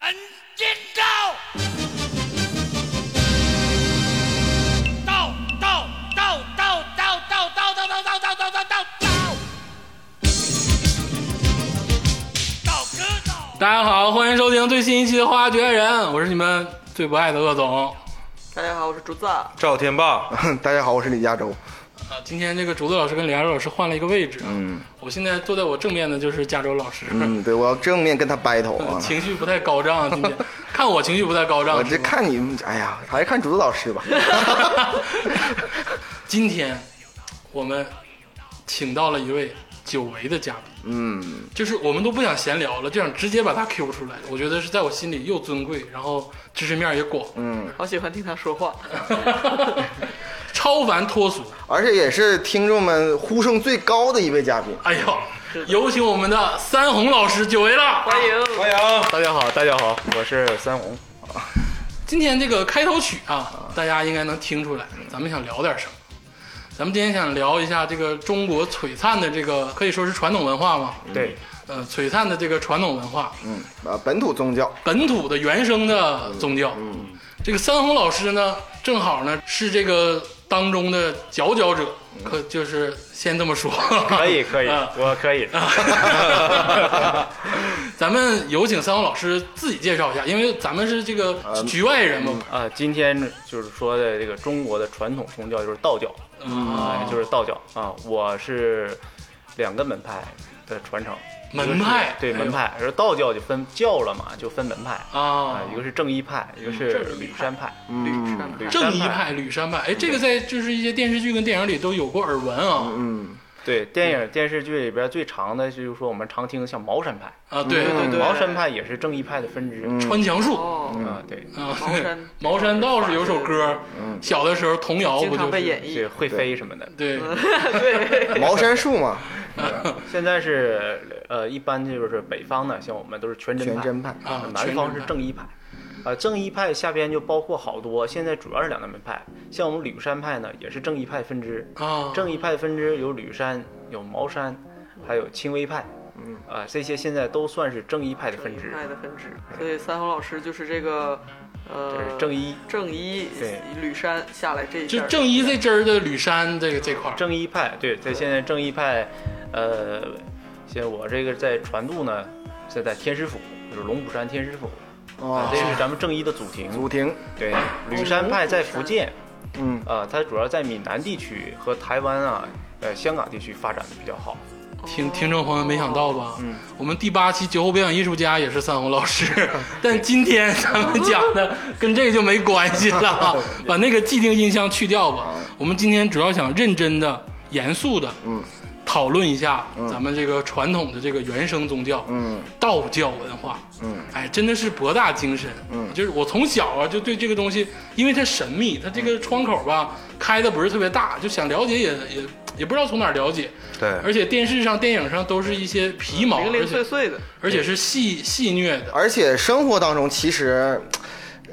恩金到，到到到到到到到到到到到到到到到，到哥到，大家好，欢迎收听最新一期的《花花绝爱人》，我是你们最不爱的鄂总。大家好，我是竹子。赵天霸，大家好，我是李嘉洲。啊，今天这个竹子老师跟李亚洲老师换了一个位置，嗯，我现在坐在我正面的就是加州老师， 嗯， 对，我要正面跟他 battle 啊！情绪不太高涨，今 天看我情绪不太高涨，我这是吧看你，哎呀，还是看竹子老师吧。 今天我们请到了一位久违的嘉宾，嗯，就是我们都不想闲聊了，就想直接把他 Q 出来，我觉得是在我心里又尊贵，然后知识面也广，嗯好喜欢听他说话， 超凡脱俗。而且也是听众们呼声最高的一位嘉宾。哎呦，有请我们的三红老师久违了，欢迎。欢迎大家好，大家好，我是三红。今天这个开头曲啊，大家应该能听出来，咱们想聊点什么？咱们今天想聊一下这个中国璀璨的这个可以说是传统文化嘛，对，呃，璀璨的这个传统文化，嗯，啊，本土宗教，本土的原生的宗教。嗯这个三红老师呢，正好呢是这个当中的佼佼者，可就是先这么说，嗯 可以可以，啊我可以。 咱们有请三红老师自己介绍一下，因为咱们是这个呃局外人嘛，啊，今天就是说的这个中国的传统宗教就是道教，哦嗯啊，就是道教啊，我是两个门派的传承，门派对哎呦门派，而道教就分教了嘛，就分门派啊啊，一个是正一派，一个是吕山派，嗯吕山吕派，正一派、吕山派，哎，这嗯个在就是一些电视剧跟电影里都有过耳闻啊嗯，对，电影电视剧里边最长的就是说我们常听的像茅山派，嗯啊，对嗯对对茅山派也是正一派的分支，穿墙术哦，啊，对，啊茅山，茅山道士有首歌，嗯小的时候童谣不经常就被演是是绎。嗯会飞什么的。对对，茅山术嘛，现在是呃，一般就是北方呢，像我们都是全真全派，真派。啊，南全方真是派正一派。啊，正一派下边就包括好多，现在主要是两大门派，像我们吕山派呢，也是正一派分支。啊，正一派分支有吕山、有茅山，还有清微派。嗯，啊，这些现在都算是正一 派的正分一支。派的分支。所以三红老师就是这个，这呃，是正一正一对吕山下来这一就下，正一这支儿的吕山这个这块儿正一派，对，在现在正一派，呃，像我这个在传度呢，是在天师府，就是龙虎山天师府，啊啊，这是咱们正一的祖庭。祖庭，对，哎吕山派在福建，嗯，呃，它主要在闽南地区和台湾啊，呃，香港地区发展的比较好。听听众朋友没想到吧？嗯，我们第八期酒后表演艺术家也是三红老 师，但今天咱 们讲的跟这个就没关系了 啊，把那个既定印象去掉吧。我们今天主要想认真的、严肃的，嗯，讨论一下咱们这个传统的这个原生宗教，嗯，道教文化，嗯，哎，真的是博大精深，嗯，就是我从小啊就对这个东西，因为它神秘，它这个窗口吧开的不是特别大，就想了解也也也不知道从哪儿了解，对而且电视上、电影上都是一些皮毛，零而零碎且碎的，而且是戏戏虐的，而且生活当中其实。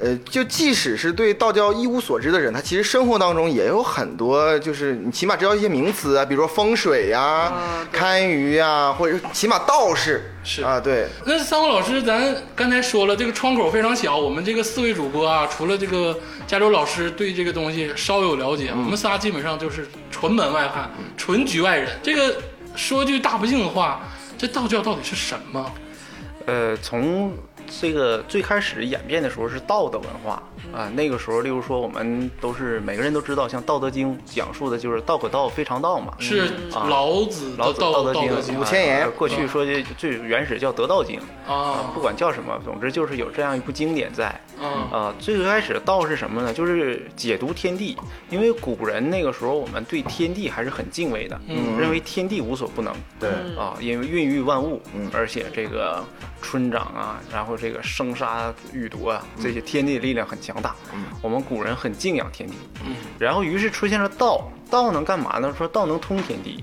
呃，就即使是对道教一无所知的人，他其实生活当中也有很多，就是你起码知道一些名词啊，比如说风水呀、啊对堪舆呀，或者是起码道士是啊，对，那三位老师，咱刚才说了，这个窗口非常小。我们这个四位主播啊，除了这个加州老师对这个东西稍有了解，我们仨基本上就是纯门外汉、嗯纯局外人。这个说句大不敬的话，这道教到底是什么？呃，从这个最开始演变的时候是道的文化啊、那个时候，例如说我们都是每个人都知道，像《道德经》讲述的就是“道可道，非常道”嘛。是啊老子老的子《道德经德》五千言啊过去说的最原始叫《德道经》啊嗯不管叫什么，总之就是有这样一部经典在。啊啊，最开始道是什么呢？就是解读天地，因为古人那个时候我们对天地还是很敬畏的，嗯认为天地无所不能，对啊，因为孕育万物，嗯而且这个春长啊，然后这个生杀予夺啊，这些天地的力量很强大，我们古人很敬仰天地，然后于是出现了道，道能干嘛呢？说道能通天地，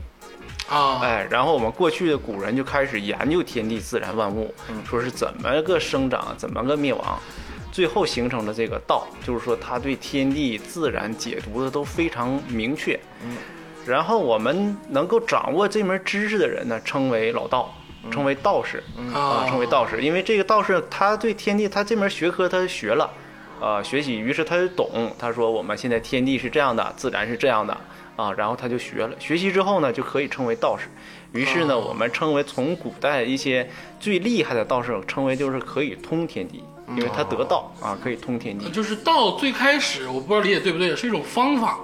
啊！哎，然后我们过去的古人就开始研究天地自然万物，说是怎么个生长，怎么个灭亡，最后形成了这个道，就是说他对天地自然解读的都非常明确。然后我们能够掌握这门知识的人呢，称为老道。成为道士啊啊，成为道士，因为这个道士他对天地，他这门学科他学了，呃，学习，于是他就懂，他说我们现在天地是这样的，自然是这样的啊，然后他就学了，学习之后呢，就可以称为道士。于是呢，我们称为从古代一些最厉害的道士，称为就是可以通天地，因为他得道啊，可以通天地。就是道最开始，我不知道理解对不对，是一种方法。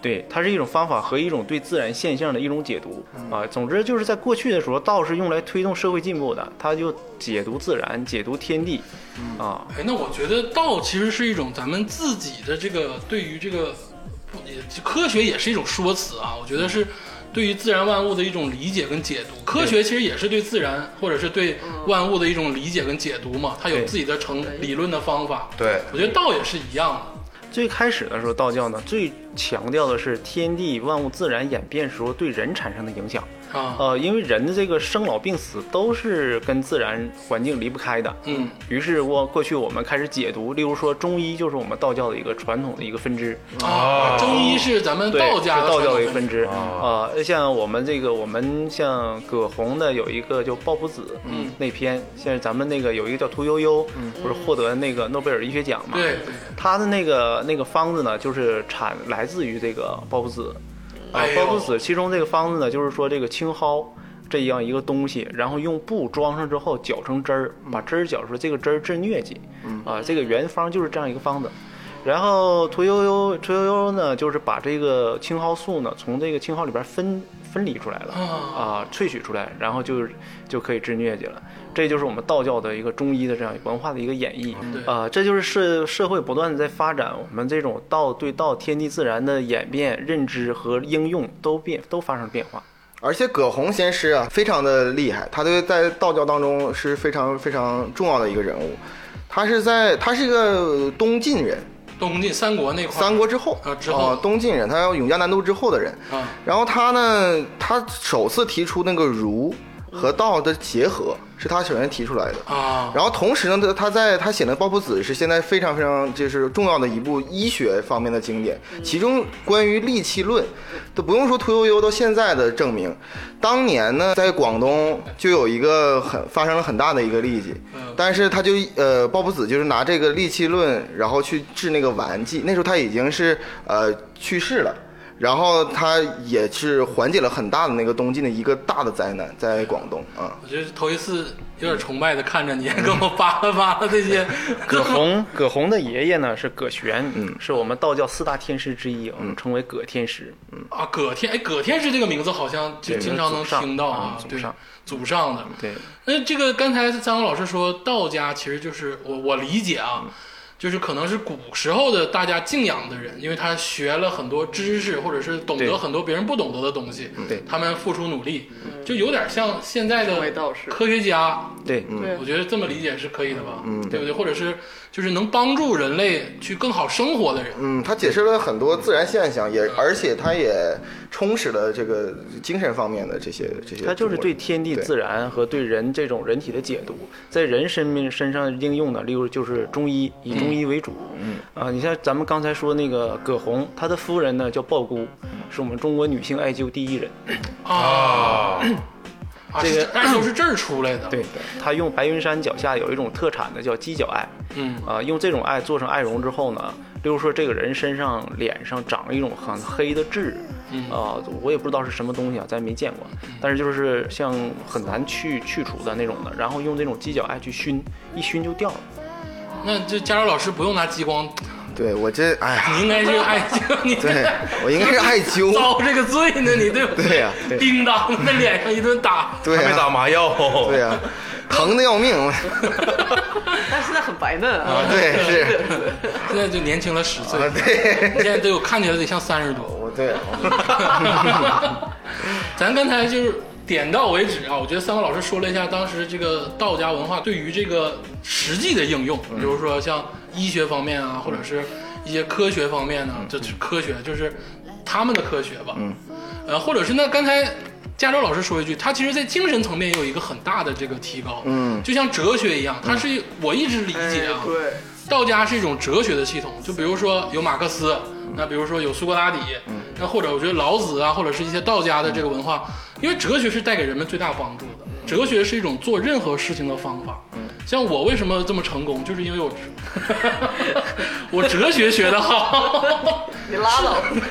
对，它是一种方法和一种对自然现象的一种解读啊、总之就是在过去的时候，道是用来推动社会进步的，它就解读自然，解读天地，啊、哎，那我觉得道其实是一种咱们自己的这个对于这个不也科学也是一种说辞啊，我觉得是对于自然万物的一种理解跟解读。科学其实也是对自然或者是对万物的一种理解跟解读嘛，它有嗯对自己的成理论的方法。对，我觉得道也是一样的。最开始的时候，道教呢最强调的是天地万物自然演变时候对人产生的影响。啊，呃，因为人的这个生老病死都是跟自然环境离不开的。嗯，于是我过去我们开始解读，例如说中医就是我们道教的一个传统的一个分支。啊，中医是咱们对，道家是的道教传的统一个分支哦啊、呃像我们这个，我们像葛洪的有一个叫《抱朴子》嗯那篇，像咱们那个有一个叫屠呦呦，不是获得那个诺贝尔医学奖嘛？对对，他的那个那个方子呢，就是产来自于这个抱朴子，啊哎，呦抱朴子其中这个方子呢，就是说这个青蒿。这样一个东西，然后用布装上之后搅成汁儿，把汁儿搅出来，这个汁儿治疟疾，嗯啊，这个原方就是这样一个方子。然后屠呦呦，屠呦呦呢，就是把这个青蒿素呢，从这个青蒿里边分分离出来了，啊、萃取出来，然后就是就可以治疟疾了。这就是我们道教的一个中医的这样文化的一个演绎，对啊、这就是社社会不断的在发展，我们这种道对道、天地自然的演变、认知和应用都变都发生了变化。而且葛洪先师啊，非常的厉害，他对在道教当中是非常非常重要的一个人物。他是在他是一个东晋人，东晋三国那块儿三国之后啊之后啊东晋人，他要永嘉南渡之后的人。啊，然后他呢，他首次提出那个儒和道的结合，是他首先提出来的。啊，然后同时呢，他他在他写的《抱朴子》是现在非常非常就是重要的一部医学方面的经典，其中关于利气论，都不用说屠呦呦到现在的证明，当年呢在广东就有一个很发生了很大的一个痢疾嗯，但是他就呃抱朴子就是拿这个利气论，然后去治那个顽疾，那时候他已经是呃去世了。然后他也是缓解了很大的那个东晋的一个大的灾难，在广东啊。我就是头一次有点崇拜的看着你， 跟我扒拉扒拉这些葛洪，葛洪的爷爷呢是葛玄，是我们道教四大天师之一，我们称为葛天师。啊，葛天，哎，葛天是这个名字好像就对经常能就是祖上听到啊啊，祖对上，祖上的。对，那这个刚才三红老师说，道家其实就是我我理解啊，嗯就是可能是古时候的大家敬仰的人，因为他学了很多知识，或者是懂得对嗯很多别人不懂得的东西，对他们付出努力，就有点像现在嗯成为的道士科学家，对，对我觉得这么理解是可以的吧，嗯，对不对？或者是就是能帮助人类去更好生活的人，嗯，他解释了很多自然现象，也而且他也充实了这个精神方面的这些这些。它就是对，天地自然和对人这种人体的解读，在人身边身上应用的，例如就是中医，以中医为主。嗯啊，你像咱们刚才说那个葛洪，他的夫人呢叫鲍姑，是我们中国女性艾灸第一人。啊。啊，这个是那都是这儿出来的。对，她用白云山脚下有一种特产的叫鸡脚艾，嗯啊，用这种艾做成艾绒之后呢，例如说这个人身上、脸上长了一种很黑的痣，啊、我也不知道是什么东西啊，咱也没见过，但是就是像很难去去除的那种的，然后用这种鸡脚艾去熏，一熏就掉了。那这佳柔老师不用拿激光，对我这哎呀， 你应该是艾 灸，你对我应该是艾 灸，遭这个罪呢，你对不对？对呀对叮当在脸上一顿打，对还没呀、打麻药，对呀、疼的要命， 啊但是现在很白嫩啊，对是， 现在就年轻了十岁啊，对， 现在都有看起来得像三十多。我对， 咱刚才就是点到为止啊，我觉得三位老师说了一下当时这个道家文化对于这个实际的应用，比如说像医学方面啊，或者是一些科学方面呢、这是科学就是他们的科学吧，嗯，呃，或者是那刚才。加州老师说一句，他其实在精神层面也有一个很大的这个提高，嗯就像哲学一样，它是我一直理哎解啊，对，道家是一种哲学的系统，就比如说有马克思，那比如说有苏格拉底，那或者我觉得老子啊，或者是一些道家的这个文化，因为哲学是带给人们最大帮助的。哲学是一种做任何事情的方法。像我为什么这么成功，就是因为我我哲 学学得好， 你拉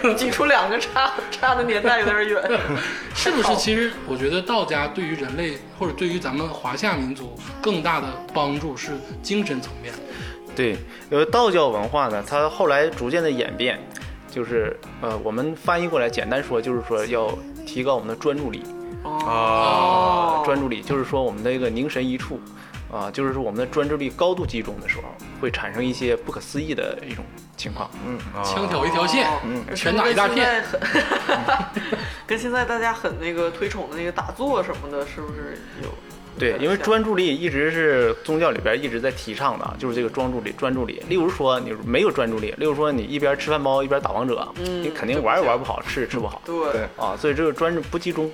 倒，挤出两个差差的年代有点远。是不是？其实我觉得道家对于人类或者对于咱们华夏民族更大的帮助是精神层面。对，呃，道教文化呢，它后来逐渐的演变，就是呃，我们翻译过来，简单说就是说要提高我们的专注力，啊，哦专注力就是说我们的一个凝神一处，啊、就是说我们的专注力高度集中的时候，会产生一些不可思议的一种情况。嗯哦啊枪挑一条线，拳打哦跟一大现片。在很， 跟现在大家很那个推崇的那个打坐什么的，是不是有？对，因为专注力一直是宗教里边一直在提倡的啊，就是这个专注力，专注力。例如说你没有专注力，例如说你一边吃饭包一边打王者，嗯你肯定玩也玩不好，吃也吃不好。对对啊，所以这个专注不集中。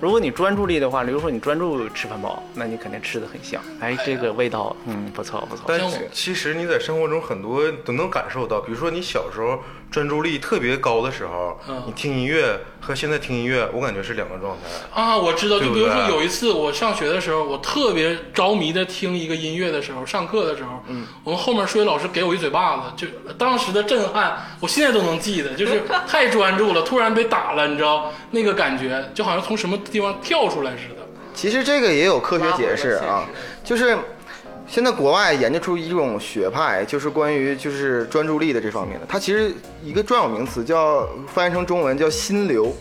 如果你专注力的话，比如说你专注吃饭包，那你肯定吃的很香。哎，这个味道，嗯，不错不错。但像其我其实你在生活中很多都能感受到，比如说你小时候专注力特别高的时候，嗯你听音乐和现在听音乐，我感觉是两个状态。啊，我知道，就对不比如说对有一次我上学的时候，我特别着迷的听一个音乐的时候，上课的时候，嗯，我们后面数学老师给我一嘴巴子，就呃当时的震撼，我现在都能记得，就是 太专注了，突然被打了，你知道那个感觉，就好像从什么地方跳出来似的。其实这个也有科学解释拉回啊了现实，就是现在国外研究出一种学派，就是关于就是专注力的这方面的。它其实一个专有名词叫翻译成中文叫心流，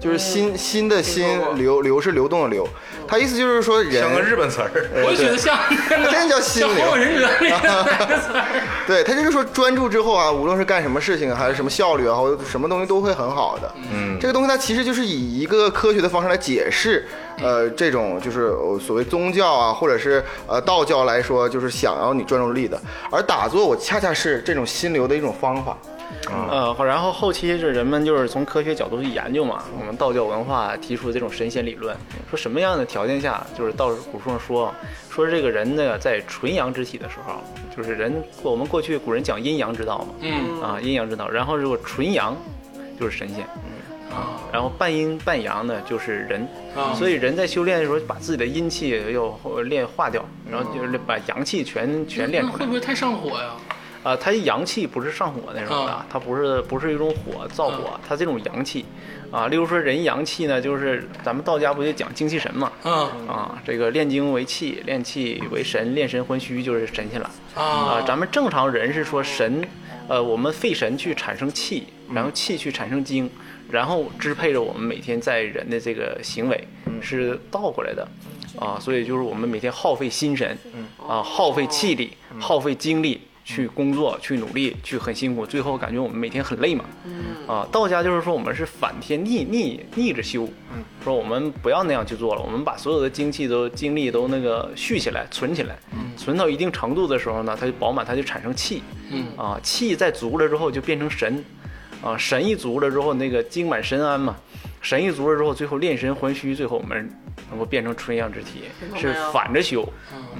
就是心心的心听说过流流是流动的流。它意思就是说像个人日本词儿，我就觉得像那个真叫心像《灵火影忍者》里的那个词儿。对他就是说专注之后啊，无论是干什么事情啊还是什么效率啊，或者什么东西都会很好的。嗯这个东西它其实就是以一个科学的方式来解释，嗯呃，这种就是呃所谓宗教啊，或者是呃道教来说，就是想要你专注力的。而打坐，我恰恰是这种心流的一种方法。呃，然后后期是人们就是从科学角度去研究嘛，我们道教文化提出这种神仙理论，说什么样的条件下，就是道古书上说，说这个人呢在纯阳之体的时候，就是人我们过去古人讲阴阳之道嘛，嗯啊，阴阳之道，然后如果纯阳就是神仙，啊然后半阴半阳呢就是人，啊，所以人在修炼的时候把自己的阴气要练化掉，然后啊就是把阳气全全练 那出来会。不会太上火呀？啊，它阳气不是上火那种的啊，它不是不是一种火燥火，它这种阳气，啊，例如说人阳气呢，就是咱们道家不就讲精气神嘛，嗯啊，这个炼精为气，炼气为神，炼神还虚就是神仙了，啊啊，，咱们正常人是说神，呃，我们肺神去产生气，然后气去产生精，然后支配着我们每天在人的这个行为，是倒过来的，啊，所以就是我们每天耗费心神，啊，耗费气力，耗费精力。去工作，去努力，去很辛苦，最后感觉我们每天很累嘛。啊，道家就是说我们是反天逆逆逆着修，说我们不要那样去做了，我们把所有的精气都精力都那个蓄起来，存起来，存到一定程度的时候呢，它就饱满，它就产生气，嗯啊，气再足了之后就变成神，啊，神一足了之后那个精满神安嘛，神一足了之后，最后炼神还虚，最后我们能够变成纯阳之体，明白是了反着修，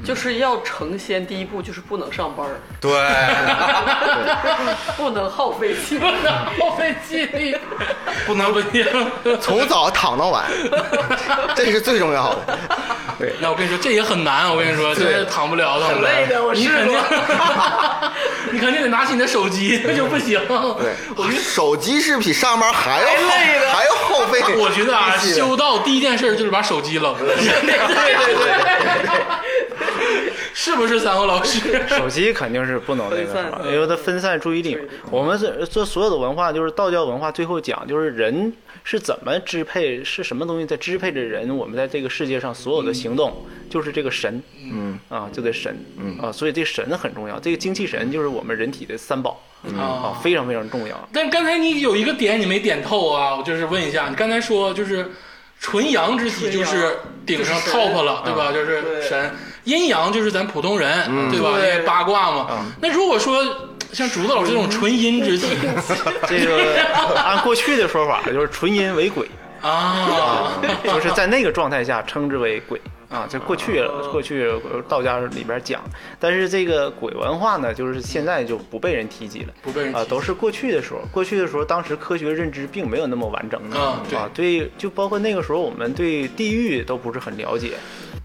就是要成仙，第一步就是不能上班儿，对，不能耗费气力。耗费气力，不能 不行。从早躺到 晚，这是最重要的。那我跟你说，这也很难。我跟你说，真是躺不了，躺不了。很累的我你试肯定过， 你肯定得拿起你的手机，那就不行。对，啊手机是比上班还要耗还累呢还要耗费力气的。 我觉得啊，修道第一件事就是把手机扔了。对对对 是不是三号老师？ 手机肯定是不能那个分什散么，因为它分散注意力嘛。我们是这所有的文化，就是道教文化，最后讲就是人是怎么支配，是什么东西在支配着人？我们在这个世界上所有的行动，就是这个神，嗯啊，就得神，嗯啊，所以这神很重要。这个精气神就是我们人体的三宝啊，非常非常重要。但刚才你有一个点你没点透啊，我就是问一下，你刚才说就是纯阳之体就纯阳是顶上就是神嗯 top 了，对吧？就是对神，阴阳就是咱普通人，嗯对吧？因为对八卦嘛。那如果说像竹子老师这种纯阴之体这个按过去的说法，就是纯阴为鬼，啊， 就是在那个状态下称之为鬼啊，这过去哦过去呃道家里边讲，但是这个鬼文化呢，就是现在就不被人提及了，不被人提及啊，都是过去的时候，过去的时候，当时科学认知并没有那么完整啊对啊，对，就包括那个时候我们对地狱都不是很了解。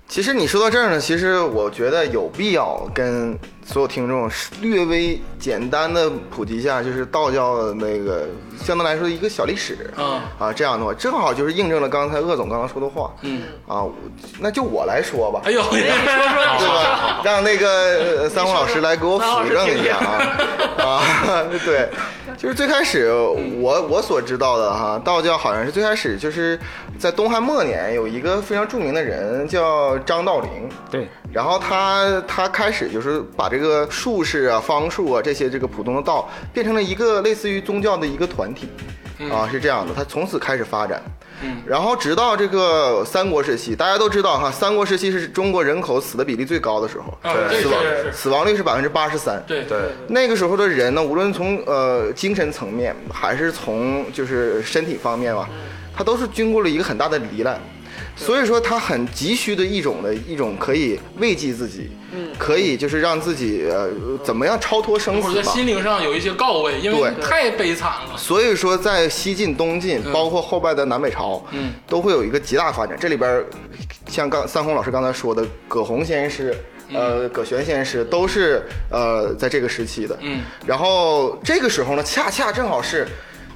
其实你说到这儿呢，其实我觉得有必要跟所有听众略微简单的普及一下，就是道教的那个相对来说一个小历史嗯啊，这样的话正好就是印证了刚才鄂总刚刚说的话，嗯啊，我那就我来说吧，哎呦，啊对吧？让那个呃三红老师来给我三辅红老证师一下啊啊！对，就是最开始我我所知道的哈，道教好像是最开始就是在东汉末年有一个非常著名的人叫张道陵，对，然后他他开始就是把这个术士啊、方术啊这些这个普通的道变成了一个类似于宗教的一个团体，啊是这样的，他从此开始发展。然后直到这个三国时期，大家都知道哈，三国时期是中国人口死的比例最高的时候，啊这死亡是是死亡率是百分之八十三。对对， 那个时候的人呢，无论从呃精神层面，还是从就是身体方面吧，他都是经过了一个很大的糜烂，所以说他很急需的一种的一种可以慰藉自己，可以就是让自己呃怎么样超脱生或死者在吧。心灵上有一些告慰，因为对太悲惨了。所以说，在西晋、东晋，嗯包括后边的南北朝，嗯，都会有一个极大发展。这里边儿，像刚三红老师刚才说的，葛洪先师，嗯呃，葛玄先师，都是呃在这个时期的。嗯，然后这个时候呢，恰恰正好是，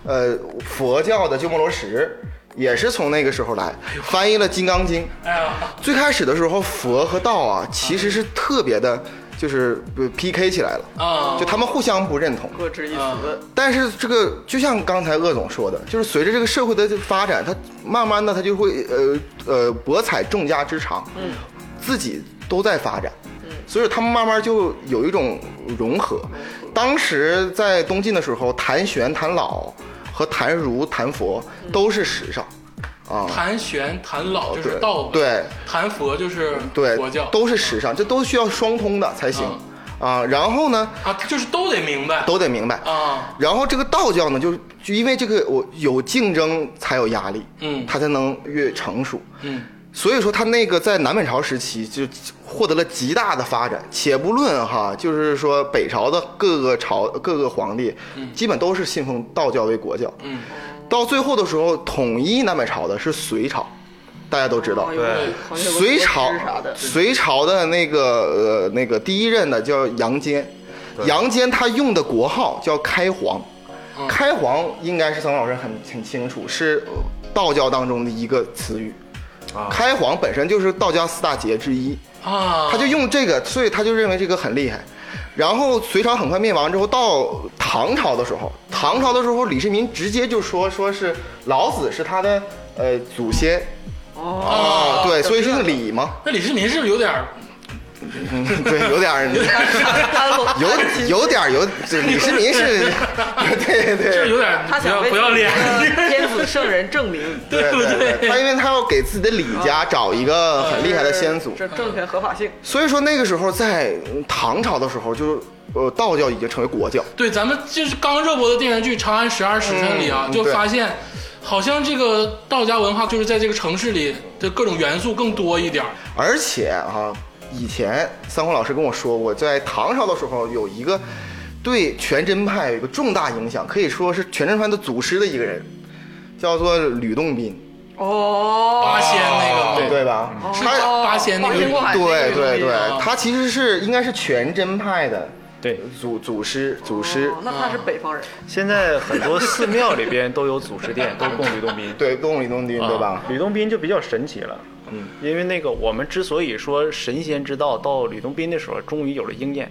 呃，佛教的鸠摩罗什也是从那个时候来，翻译了《金刚经》。哎呀，最开始的时候，佛和道啊，其实是特别的，就是呃 PK 起来了，啊就，他们互相不认同。各执一词。但是这个就像刚才鄂总说的，就是随着这个社会的发展，它慢慢的它就会呃呃博采众家之长，嗯，自己都在发展，嗯，所以他们慢慢就有一种融合。当时在东晋的时候，谈玄、谈老和谈儒、谈佛都是时尚，啊，谈玄谈嗯老就是对道吧，对谈佛就是对，佛教，嗯都是时尚，这都需要双通的才行，啊，然后呢啊，就是都得明白都得明白，啊，然后这个道教呢，就是就因为这个我有竞争才有压力，嗯它才能越成熟，嗯，所以说它那个在南北朝时期就获得了极大的发展，且不论哈，就是说北朝的各个朝各个皇帝，基本都是信奉道教为国教，嗯，到最后的时候统一南北朝的是隋朝，大家都知道，哦对，有有隋朝有啥的，隋朝的那个呃那个第一任的叫杨坚，杨坚他用的国号叫开皇，开皇应该是曾老师很很清楚，是呃道教当中的一个词语。开皇本身就是道家四大节之一，啊，他就用这个，所以他就认为这个很厉害。然后隋朝很快灭亡之后，到唐朝的时候，唐朝的时候，李世民直接就说说是老子是他的呃祖先哦，啊，对，所以是李嘛，那李世民是不是有点儿嗯， 对，有 点儿，他有有点儿有，这李世 民是，对是对有点儿他不想要为不要脸，这个天子圣人证明对啊不对对对，他因为他要给自己的李家找一个很厉害的先祖，这政权合法性。所以说那个时候在嗯唐朝的时候就，呃，道教已经成为国教， 对，咱们就是刚热播的电视剧《长安十二时辰》里啊，嗯就对发现，好像这个道家文化就是在这个城市里的各种元素更多一点儿。而且啊，以前三红老师跟我说过，在唐朝的时候有一个对全真派有一个重大影响，可以说是全真派的祖师的一个人，叫做吕洞宾，八哦，仙那个，对对吧？哦是他八仙那八哦仙个过海对对对啊，他其实是应该是全真派的对，祖祖师祖师哦，那他是北方人，现在很多寺庙里边都有祖师殿，都供吕洞宾。对，东李东君啊对吧？吕洞宾就比较神奇了，嗯，因为那个我们之所以说神仙之道到吕洞宾的时候，终于有了应验。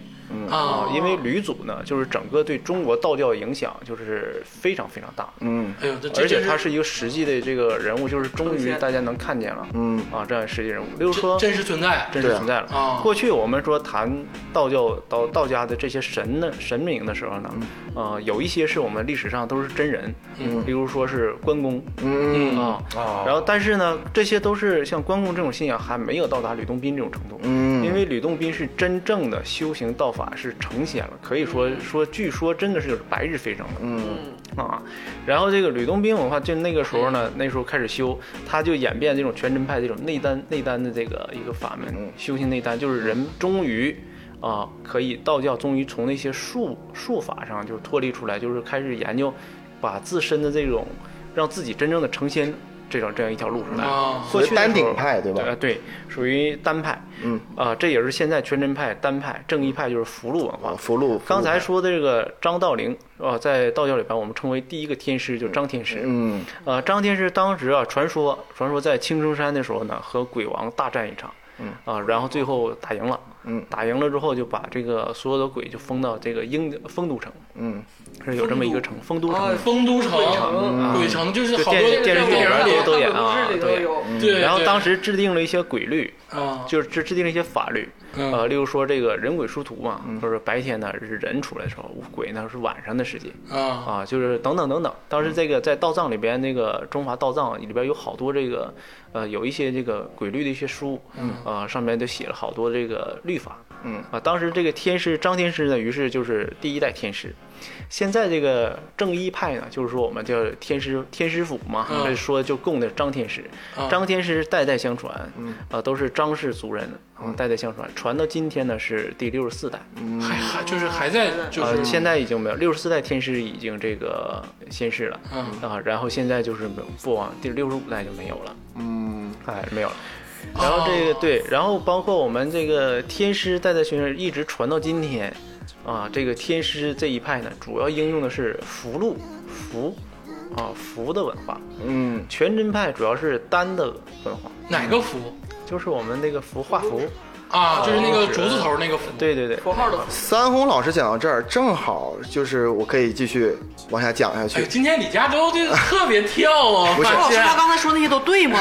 啊啊，，因为吕祖呢，就是整个对中国道教影响就是非常非常大，嗯，哎呦，这这而且真他是一个实际的这个人物，就是终于大家能看见了，嗯啊，这样一个实际人物，例如说真实存在，真实存在了。对啊过去我们说谈道教道道家的这些神呢神明的时候呢，呃，有一些是我们历史上都是真人，嗯，例如说是关公，嗯啊，哦然后但是呢，这些都是像关公这种信仰还没有到达吕洞宾这种程度，嗯因为吕洞宾是真正的修行道法是成仙了，可以说说据说真的是白日飞升了，嗯啊，然后这个吕洞宾文化就那个时候呢，那时候开始修，他就演变这种全真派这种内丹内丹的这个一个法门，修行内丹就是人终于。啊，可以，道教终于从那些术术法上就是脱离出来，就是开始研究，把自身的这种让自己真正的成仙这种这样一条路上来。啊过去的时候单顶派对吧呃对，属于单派。嗯啊、这也是现在全真派、单派、正一派就是福禄文化。啊，福禄。刚才福禄说的这个张道陵啊、在道教里边我们称为第一个天师，就是张天师。嗯呃，张天师当时啊，传说传说在青城山的时候呢，和鬼王大战一场，嗯啊，然后最后打赢了，嗯打赢了之后就把这个所有的鬼就封到这个英丰都城，嗯，是有这么一个城，丰都啊城，丰都城、鬼城鬼城就是嗯就好多电视电视剧里电边影都里都演看啊鬼，故事对里都有。对，然后当时时制定了一些鬼律，啊，就是制制定了一些法律，嗯呃，例如说这个人鬼殊途嘛，嗯就是白天呢是人出来的时候，鬼呢是晚上的时间，啊啊，就是等等等等。当时这个在道藏里边，那个中华道藏里边有好多这个，呃，有一些这个鬼律的一些书，嗯，啊，上面就写了好多这个律法，嗯，啊，当时这个天师张天师呢，于是就是第一代天师。现在这个正一派呢，就是说我们叫天师天师府嘛，嗯所以说就供的张天师，啊张天师代代相传，嗯，啊，都是张氏族人，啊，代代相传，传到今天呢是第六十四代，还还就是还在就呃，是现在已经没有六十四代天师已经这个仙逝了，嗯啊，然后现在就是没有不往第六十五代就没有了，嗯，哎，没有了。然后这个对，然后包括我们这个天师代代相传，一直传到今天，啊，这个天师这一派呢，主要应用的是符箓符，啊符的文化，嗯全真派主要是丹的文化，哪个符就是我们那个符画符，啊？就是那个竹字头那个符，对对对，符号的符三红老师讲到这儿，正好就是我可以继续往下讲下哎，去。今天李佳洲这特别跳啊！ 不是发老师，现他刚才说那些都对吗？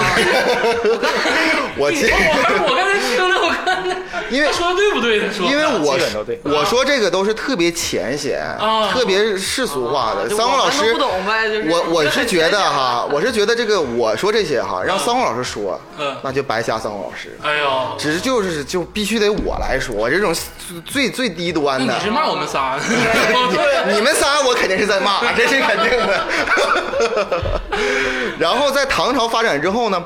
我你记说，我刚我刚才听着，我看着因为他说的对不对？他说，因为我基本都对我啊说这个都是特别浅显啊，特别世俗化的。啊就三红老我们师都不懂呗就是我我是觉得啊哈，我是觉得这个我说这些哈，让三红老师说嗯，那就白瞎三红老师。哎呦，只是就是就必须得我来说，我这种最最低端那的你，是骂我们 仨？ 对你们仨我肯定是在 骂，这是肯定的。 然后在唐朝发展之后呢，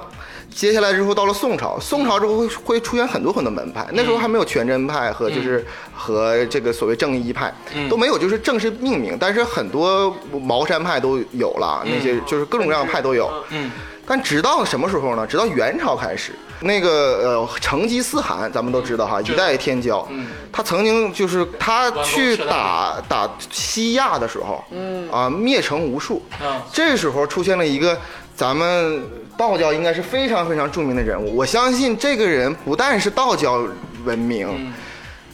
接下来之后到了宋朝，宋朝之后会会出现很多很多门派，嗯那时候还没有全真派和就是和这个所谓正一派嗯都没有，就是正式命名，但是很多茅山派都有了，那些就是各种各样的派都有。嗯，但直到什么时候呢？直到元朝开始，那个呃成吉思汗，咱们都知道哈，一代天骄，嗯他曾经就是他去吃打打西亚的时候，嗯啊灭城无数，啊这时候出现了一个咱们道教应该是非常非常著名的人物，我相信这个人不但是道教闻名，嗯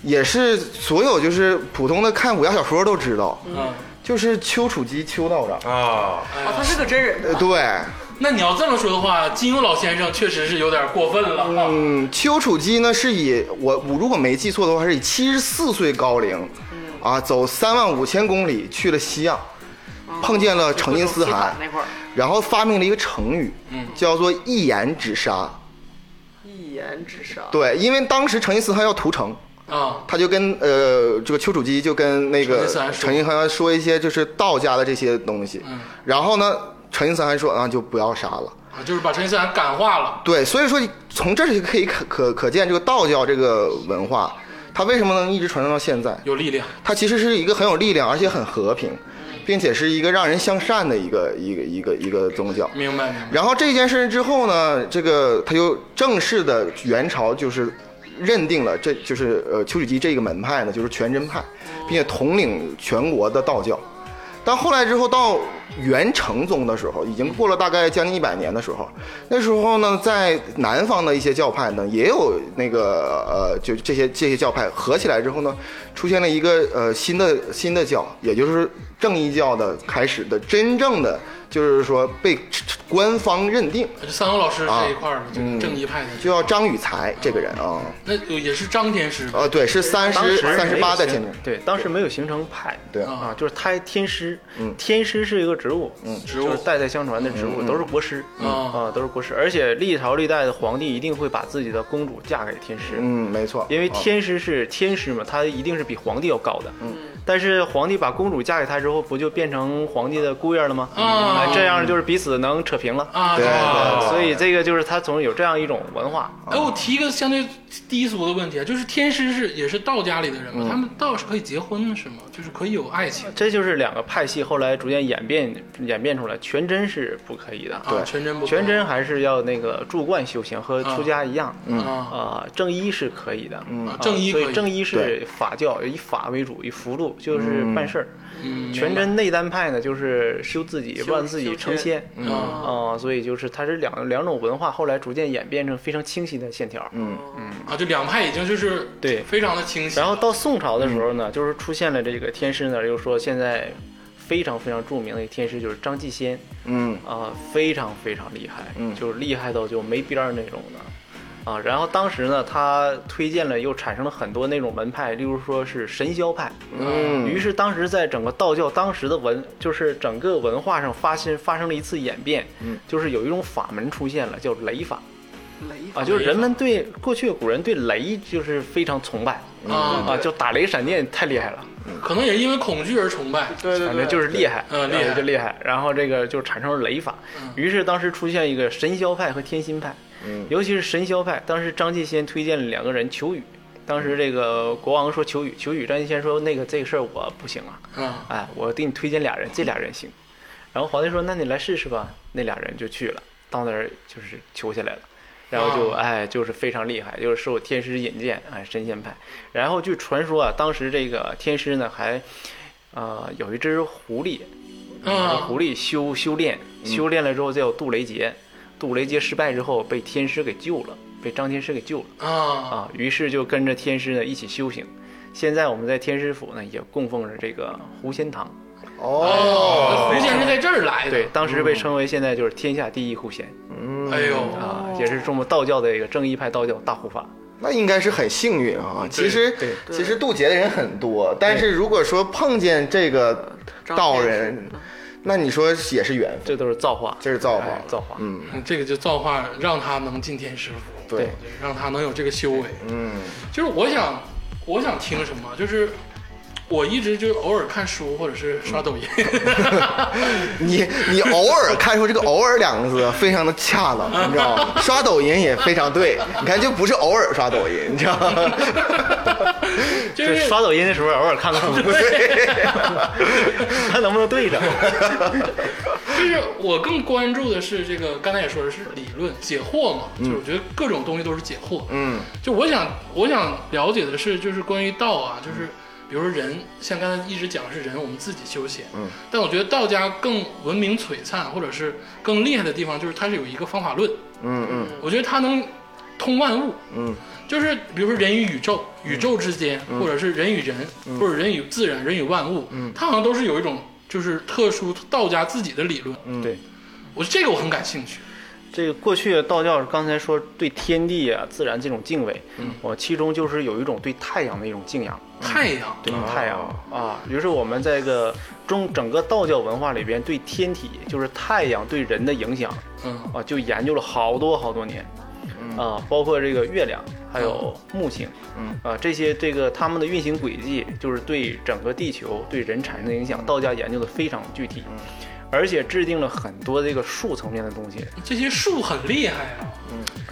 也是所有就是普通的看武侠小说都知道，嗯，就是丘处机丘道长，啊，哎啊，他呀，是个真人。呃对。那你要这么说的话，金庸老先生确实是有点过分了啊。嗯，丘处机呢是以我我如果没记错的话，是以七十四岁高龄，啊，走三万五千公里去了西亚，哦碰见了成吉思汗那块儿，然后发明了一个成语，嗯叫做一言止杀。一言之杀。对，因为当时成吉思汗要屠城，啊，他就跟呃这个丘处机就跟那成个吉思汗说嗯成吉思汗说一些就是道家的这些东西，然后呢，成吉思汗说啊就不要杀了。啊就是把成吉思汗感化了。对，所以说从这里可以可可可见这个道教这个文化，它为什么能一直传承到现在？有力量，它其实是一个很有力量，而且很和平，并且是一个让人向善的一个一个一个一个宗教。明白明白。然后这件事之后呢，这个他就正式的元朝就是认定了这就是呃丘处机这个门派呢就是全真派，并且统领全国的道教。但后来之后到元成宗的时候，已经过了大概将近一百年的时候，那时候呢，在南方的一些教派呢，也有那个呃，就这些这些教派合起来之后呢，出现了一个呃新的新的教，也就是正一教的开始的真正的，就是说被官方认定，这三红老师这一块儿，这个嗯正一派的，就叫张宇才这个人啊，那也是张天师吧呃，对，是三当十时三十没有八代形天明，对，当时没有形成派，对啊，就是胎天师，天师是一个植物，嗯，植物就是代代相传的植物，都是国师，嗯啊，都是国师，而且历朝历代的皇帝一定会把自己的公主嫁给天师，嗯，没错，因为啊天师是天师嘛，他一定是比皇帝要高的，嗯，但是皇帝把公主嫁给他之后，不就变成皇帝的姑爷了吗？啊哎这样就是彼此能扯平了，啊。对是吧对啊所以这个就是他总有这样一种文化，哎，我提一个相对低俗的问题啊，就是天师是也是道家里的人嗯嘛，他们道是可以结婚的是吗？就是可以有爱情这就是两个派系后来逐渐演变演变出来，全真是不可以的，啊，全真不可以全真还是要那个住观修行，和出家一样。啊，啊，正一是可以的，嗯啊正一可以所以正一是法教，以法为主，以福禄就是办事儿。嗯全真内丹派呢，就是修自己，修万自己修成仙仙。嗯啊啊，所以就是它是两两种文化，后来逐渐演变成非常清晰的线条。嗯啊，就两派已经就是对非常的清晰，啊然后到宋朝的时候呢，就是出现了这个天师呢，又说现在非常非常著名的一个天师就是张继先嗯啊、非常非常厉害，嗯就是厉害到就没边儿那种的啊。然后当时呢，他推荐了又产生了很多那种门派，例如说是神霄派，嗯于是当时在整个道教当时的文，就是整个文化上发生发生了一次演变，嗯就是有一种法门出现了，叫雷法雷啊，就是人们对过去古人对雷就是非常崇拜。啊，啊，就打雷闪电太厉害了，可能也是因为恐惧而崇拜，对对反对，正就是厉害，嗯厉害然后就厉害。然后这个就产生了雷法，于是当时出现一个神霄派和天心派，嗯尤其是神霄派，当时张继先推荐了两个人求雨。当时这个国王说求雨，求雨，张继先说那个这个事儿我不行啊，啊哎，我给你推荐俩人，这俩人行。然后皇帝说那你来试试吧，那俩人就去了，到那儿就是求下来了。然后就啊哎，就是非常厉害，就是受天师引荐，哎，神仙派。然后据传说啊，当时这个天师呢还，呃，有一只狐狸，啊狐狸修修炼，修炼了之后叫杜雷杰，杜雷杰失败之后被天师给救了，被张天师给救了啊啊，于是就跟着天师呢一起修行。现在我们在天师府呢也供奉着这个狐仙堂，哦，狐仙是在这儿来的，对，，当时被嗯称为现在就是天下第一狐仙哎呦，哦啊，也是中国道教的一个正一派道教大护法。那应该是很幸运啊。其实对其实渡劫的人很多，但是如果说碰见这个道人，那你说也是缘分，这都是造化，这是造化哎造化。 嗯，嗯这个就造化让他能进天师府，对，对让他能有这个修为。嗯就是我想，我想听什么，就是我一直就是偶尔看书或者是刷抖 音，你你偶尔看出这个“偶尔”两个字非常的恰当， 你知道吗？刷抖音也非常对，你看就不是偶尔刷抖音，你知道吗？ 就就是刷抖音的时候偶尔 看看，看能不能对着。就是我更关注的是这个，刚才也说的是理论解惑嘛，就是我觉得各种东西都是解惑。嗯就我想我想了解的是，就是关于道啊，就是比如说人，像刚才一直讲的是人，我们自己修行。嗯。但我觉得道家更文明璀璨，或者是更厉害的地方，就是它是有一个方法论。嗯嗯我觉得它能通万物。嗯就是比如说人与宇宙、嗯宇宙之间，或者是人与人，或者人与自然、人与万物，嗯它好像都是有一种就是特殊道家自己的理论。嗯，对，我这个我很感兴趣。这个过去道教刚才说对天地啊、自然这种敬畏，嗯我其中就是有一种对太阳的一种敬仰，太阳，哦对太阳啊。于是我们在这个中整个道教文化里边，对天体就是太阳对人的影响嗯啊，就研究了好多好多年，啊，包括这个月亮。还有木星，嗯啊，这些这个它们的运行轨迹，就是对整个地球对人产生的影响，道家研究的非常具体，嗯而且制定了很多这个数层面的东西，这些树很厉害啊，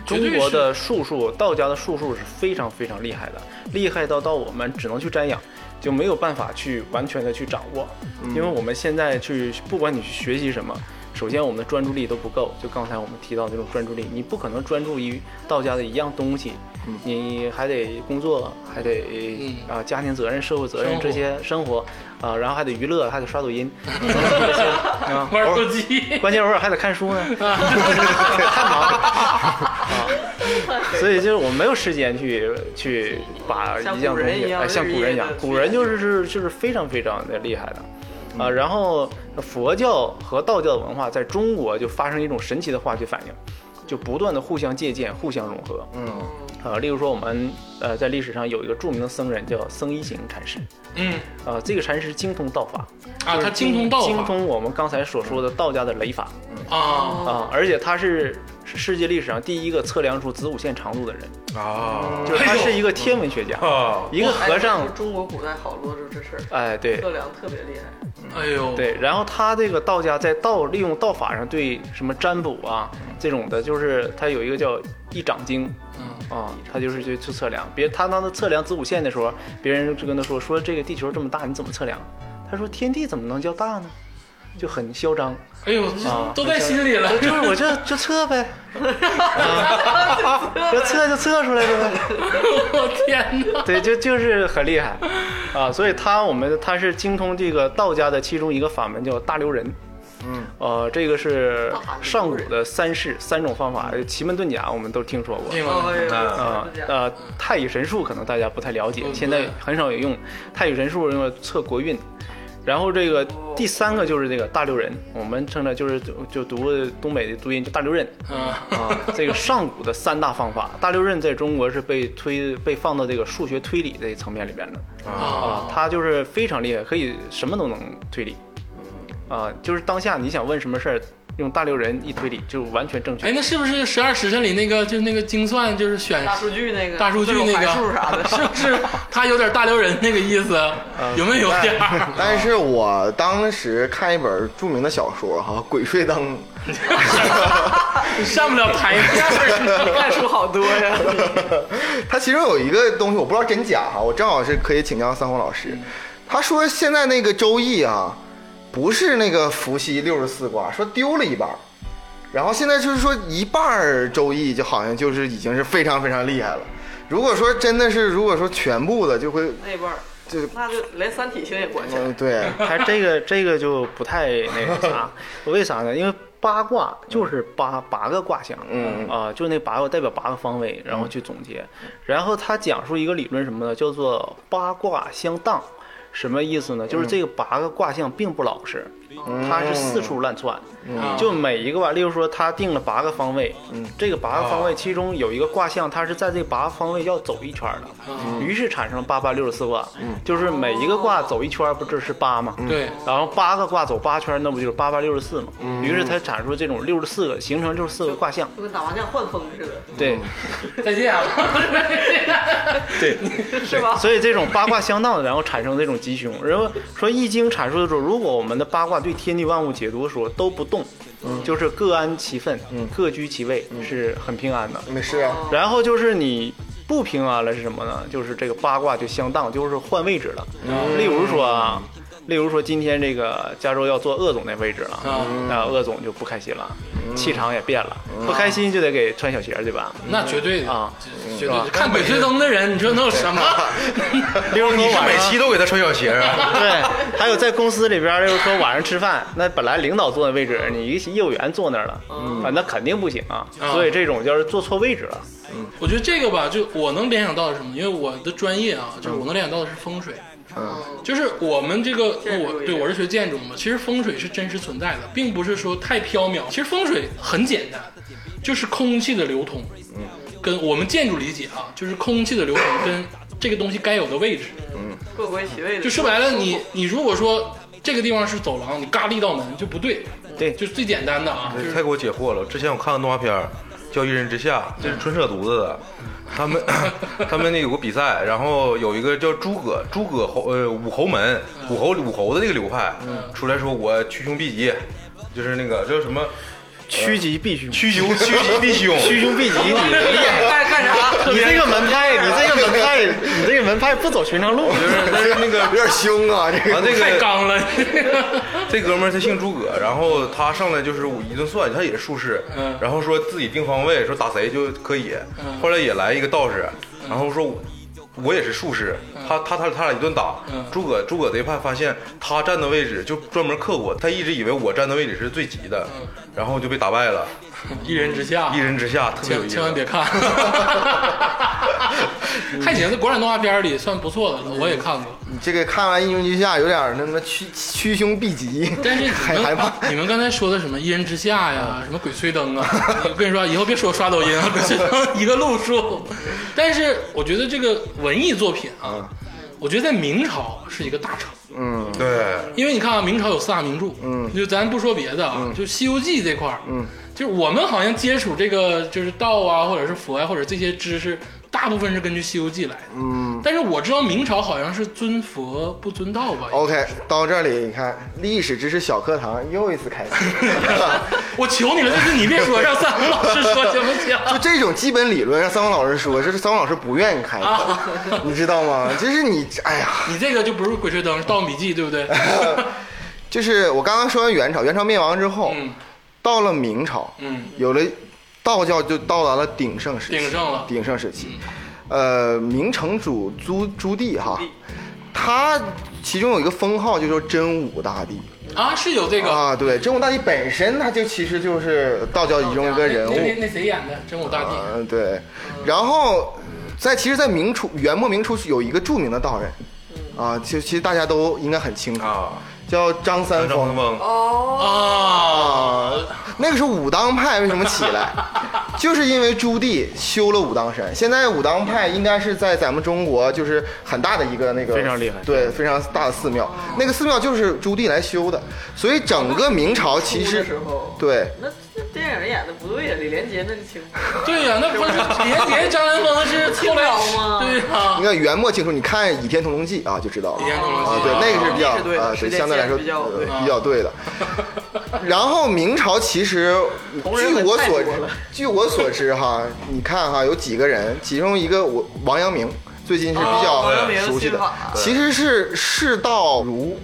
绝对中是国的术数，道家的术数是非常非常厉害的，厉害到到我们只能去瞻仰，就没有办法去完全的去掌握，嗯因为我们现在去，不管你去学习什么，首先我们的专注力都不够，就刚才我们提到的这种专注力，你不可能专注于道家的一样东西，你还得工作，还得嗯啊、家庭责任、社会责任生活这些生活啊、然后还得娱乐，还得刷 抖音，啊玩偶手尔机，关键偶尔还得看书呢， 太忙了啊！所以就是我没有时间去去把一像样古东人一西，样哎，像古人一样日夜地，古人就是是就是非常非常的厉害嗯的啊。然后佛教和道教文化在中国就发生一种神奇的化学反应，就不断的互相借鉴、互相融合。嗯啊，例如说我们呃在历史上有一个著名的僧人叫僧一行禅师，嗯啊，这个禅师精通道法啊，他精通道精法通我们刚才所说的道家的雷法。啊，啊，而且他是是世界历史上第一个测量出子午线长度的人，啊就是他是一个天文学家，啊！一个和尚哎。中国古代好多就这事儿，哎，对测量特别厉害，哎呦，对，然后他这个道家在道利用道法上对什么占卜啊这种的，就是他有一个叫一掌经，嗯，啊、他就是去去测量。别他当他测量子午线的时候，别人就跟他说说这个地球这么大，你怎么测量？他说天地怎么能叫大呢？就很嚣张，哎呦，啊都在心里了。就是我这就测呗，啊，就测就测出来呗。 我天哪！ 对，就就是很厉害啊，所以他我们他是精通这个道家的其中一个法门叫大留人。嗯，呃，这个是上古的三式三种方法，呃奇门遁甲我们都听说过。对吗？哎呀，啊怎么讲呃，太乙神术可能大家不太了解，嗯现在很少有用。太乙神术用来测国运，然后这个第三个就是这个大留人，我们称的就是就就读东北的读音就大留人。啊，啊，这个上古的三大方法，大六壬在中国是被推被放到这个数学推理这一层面里边的 啊，啊它就是非常厉害，可以什么都能推理，啊，就是当下你想问什么事儿，用大六壬一推理就完全正确哎，。那是不是十二时辰里那个就是那个精算，就是选大数据那个大数据各种那函数啥个，的，是不是他有点大留人那个意思？嗯有没有点儿？但是我当时看一本著名的小说哈，《鬼吹灯》， 上不了台面 儿。看数好多呀。 它其中有一个东西我不知道真假哈，我正好是可以请教三红老师。嗯他说现在那个《周易》啊，不是那个伏羲六十四卦，说丢了一半儿，然后现在就是说一半儿《周易》就好像就是已经是非常非常厉害了。如果说真的是，如果说全部的就会那半儿，就是那就连《三体》星也关起来。嗯对，它这个这个就不太那个啥，为啥呢？因为八卦就是八八个卦象，嗯啊、就那八个代表八个方位，然后去总结，然后他讲述一个理论什么呢？叫做八卦相当。什么意思呢？嗯就是这个八个卦象并不老实，它是四处乱窜，嗯就每一个吧，例如说他定了八个方位，嗯这个八个方位其中有一个卦象，它是在这八个方位要走一圈儿的，于是产生了八八六十四卦，就是每一个卦走一圈儿，不就是八吗？对，然后八个卦走八圈，那不就是八八六十四吗？于是它产出这种六十四个，形成六十四个卦象。就跟打麻将换风似的，对，再见啊！对，是吧？所以这种八卦相当的，然后产生这种吉凶。然后说《易经》阐述的时候，如果我们的八卦对天地万物解读的时候都不动，就是各安其分，各居其位，是很平安的。没事 啊。然后就是你不平安了是什么呢？就是这个八卦就相当，就是换位置了。例如说啊，例如说今天这个加州要坐鄂总那位置了，嗯那鄂总就不开心了，气场也变了，不开心就得给穿小鞋，对 吧？ 那绝对的，啊，绝对的看《鬼吹灯》的人，你说能有 什么？例如说你是晚每期上。都给他穿小鞋啊？对，还有在公司里边儿，就是说晚上吃饭，那本来领导坐那位置，你一个业务员坐那儿了，啊，那肯定不行啊。啊所以这种就是坐错位置了，我觉得这个吧，就我能联想到的是什么？因为我的专业啊，就是我能联想到的是风水。就是我们这个，建筑我也对是我是学建筑嘛，其实风水是真实存在的，并不是说太缥缈。其实风水很简单，就是空气的流通，跟我们建筑理解啊，就是空气的流通跟这个东西该有的位置。各归其位的。就说白了，你你如果说这个地方是走廊，你嘎了一道门就不对，对就是最简单的啊，就是太给我解惑了。之前我看个动画片儿叫《一人之下》，这是纯扯犊子的。他们他们那有个比赛，然后有一个叫诸葛诸葛侯呃武侯门武侯武侯的那个流派出来说我趋凶避吉，就是那个叫什么趋吉避凶，趋凶趋吉避凶，趋凶避吉，你干干啥？你这个门派，你这个门派，你这个门派不走寻常路，就是但是那个有点凶啊，这完个这太个刚了。这哥们儿他姓诸葛，然后他上来就是我一顿算，他也是术士，嗯然后说自己定方位，说打谁就可以。后来也来一个道士，嗯然后说我我也是术士，他他他他俩一顿打。嗯诸葛诸葛这一派发现他站的位置就专门克我，他一直以为我站的位置是最急的，嗯然后就被打败了， 一人之下，一人之下特别有啊千意思。千万别 看，还行，在国产动画片里算不错的了，我也看过。你这个看完《英雄之下》有点儿那么趋趋凶避吉，但是还你害们怕。嗯你们刚才说的什么一人之下呀，什么鬼吹灯啊，我跟你说，以后别说我刷抖音啊，鬼吹灯一个路数。但是我觉得这个文艺作品嗯啊，我觉得在明朝是一个大成。对，因为你看啊，明朝有四大名著，嗯，就咱不说别的啊，嗯就《西游记》这块儿，嗯，就是我们好像接触这个就是道啊，或者是佛啊，或者这些知识，大大部分是根据《西游记》来的。嗯，但是我知道明朝好像是尊佛不尊道吧？ OK，到这里你看历史知识小课堂又一次开启， 我求你了，这次你别说，让三红老师说行不 行？就这种基本理论让三王老师说，这是三王老师不愿意开口，啊你知道吗？就是你，哎呀，你这个就不是《鬼吹灯》，是《盗墓笔记》，对不 对？就是我刚刚说完元朝，元朝灭亡之后，嗯到了明朝，嗯，有了道教就到达了鼎盛时期，鼎盛了嗯鼎盛时期，呃，明成祖朱朱棣哈棣，他其中有一个封号就叫真武大帝啊，是有这个。啊，对，真武大帝本身他就其实就是道教其中一个人那那物，那谁演的？真武大帝。嗯，对，然后在其实，在明初元末明初有一个著名的道人。啊，其实其实大家都应该很清楚，啊，嗯叫张三张丰。啊峰峰哦，啊，那个时候武当派为什么起来，就是因为朱棣修了武当山。现在武当派应该是在咱们中国就是很大的一个那个非常厉害对，非常大的寺庙。那个寺庙就是朱棣来修的，所以整个明朝其初的实时候对那那电影演的不对呀，李连杰那情对呀、那 不是连杰、张兰峰是后来清朝吗对呀、你看元末清初，你看《倚天屠龙记》啊就知道啊了。倚天屠龙记啊，对，那个是比较那是对的啊，时对，间相对来说线比较呃对比较对 的。然后明朝其实，同人据文我太所多了 据我所知哈，你看哈，有几个人，其中一个我王阳明，最近是比哦较王阳明熟悉的新法，其实是释道儒，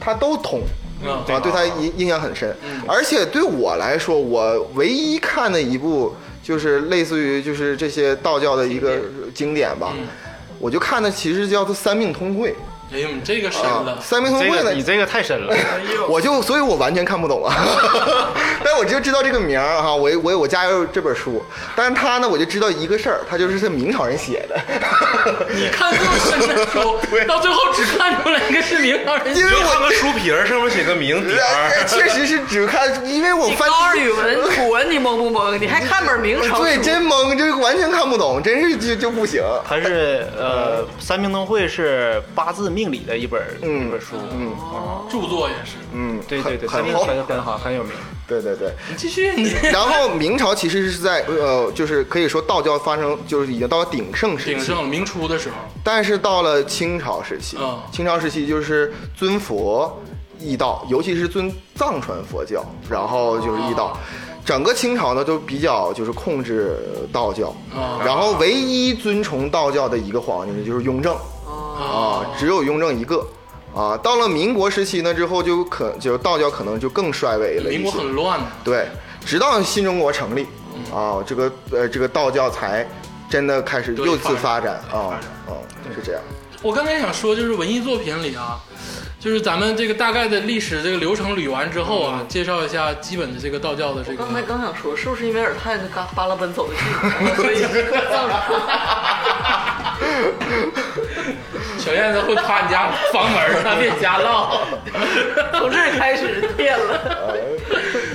他都通。嗯啊，对他印印象很深。而且对我来说，我唯一看的一部就是类似于就是这些道教的一个经典吧，我就看的其实叫做《三命通会哎呦，你这个深》啊，了《三命通这会》个呢你，这个太深了，我就所以，我完全看不懂啊， 但我就知道这个名儿哈、我我我家有这本书，但是他呢，我就知道一个事儿，他就是是明朝人写的，你看这么深的 书，到最后只看出来一个是明朝人因你为就我看个书皮儿，上面写 个名点儿， 确哎实是只看，因为我你翻高二语文、古文你蒙不蒙？你还看本明朝书？对，真懵，这个完全看不懂，真是就就不行。它是呃三命通会是八字命理的一本一本书，嗯，著作也是。嗯，对对对，很很三命好，很很好，很有名。对对对。你继续， 你然后明朝其实是在呃，就是可以说道教发生就是已经到了鼎盛时鼎期，盛明初的时候，但是到了清朝时期嗯，清朝时期就是尊佛易道，尤其是尊藏传佛教，然后就是易哦道。整个清朝呢都比较就是控制道教，哦然后唯一尊崇道教的一个皇帝呢就是雍正，哦啊，只有雍正一个。啊，到了民国时期呢之后就可就道教可能就更衰微了一些。民国很乱的。对，直到新中国成立，嗯啊，这个呃这个道教才真的开始对又次发发展啊啊，是这样。我刚才想说，就是文艺作品里啊，就是咱们这个大概的历史这个流程捋完之后啊，嗯介绍一下基本的这个道教的这个刚。才 刚想说，是不是因为尔泰那嘎巴拉奔走的近， 所以造 成？小燕子会趴你家房门儿上，别瞎唠。 从这儿开始变了。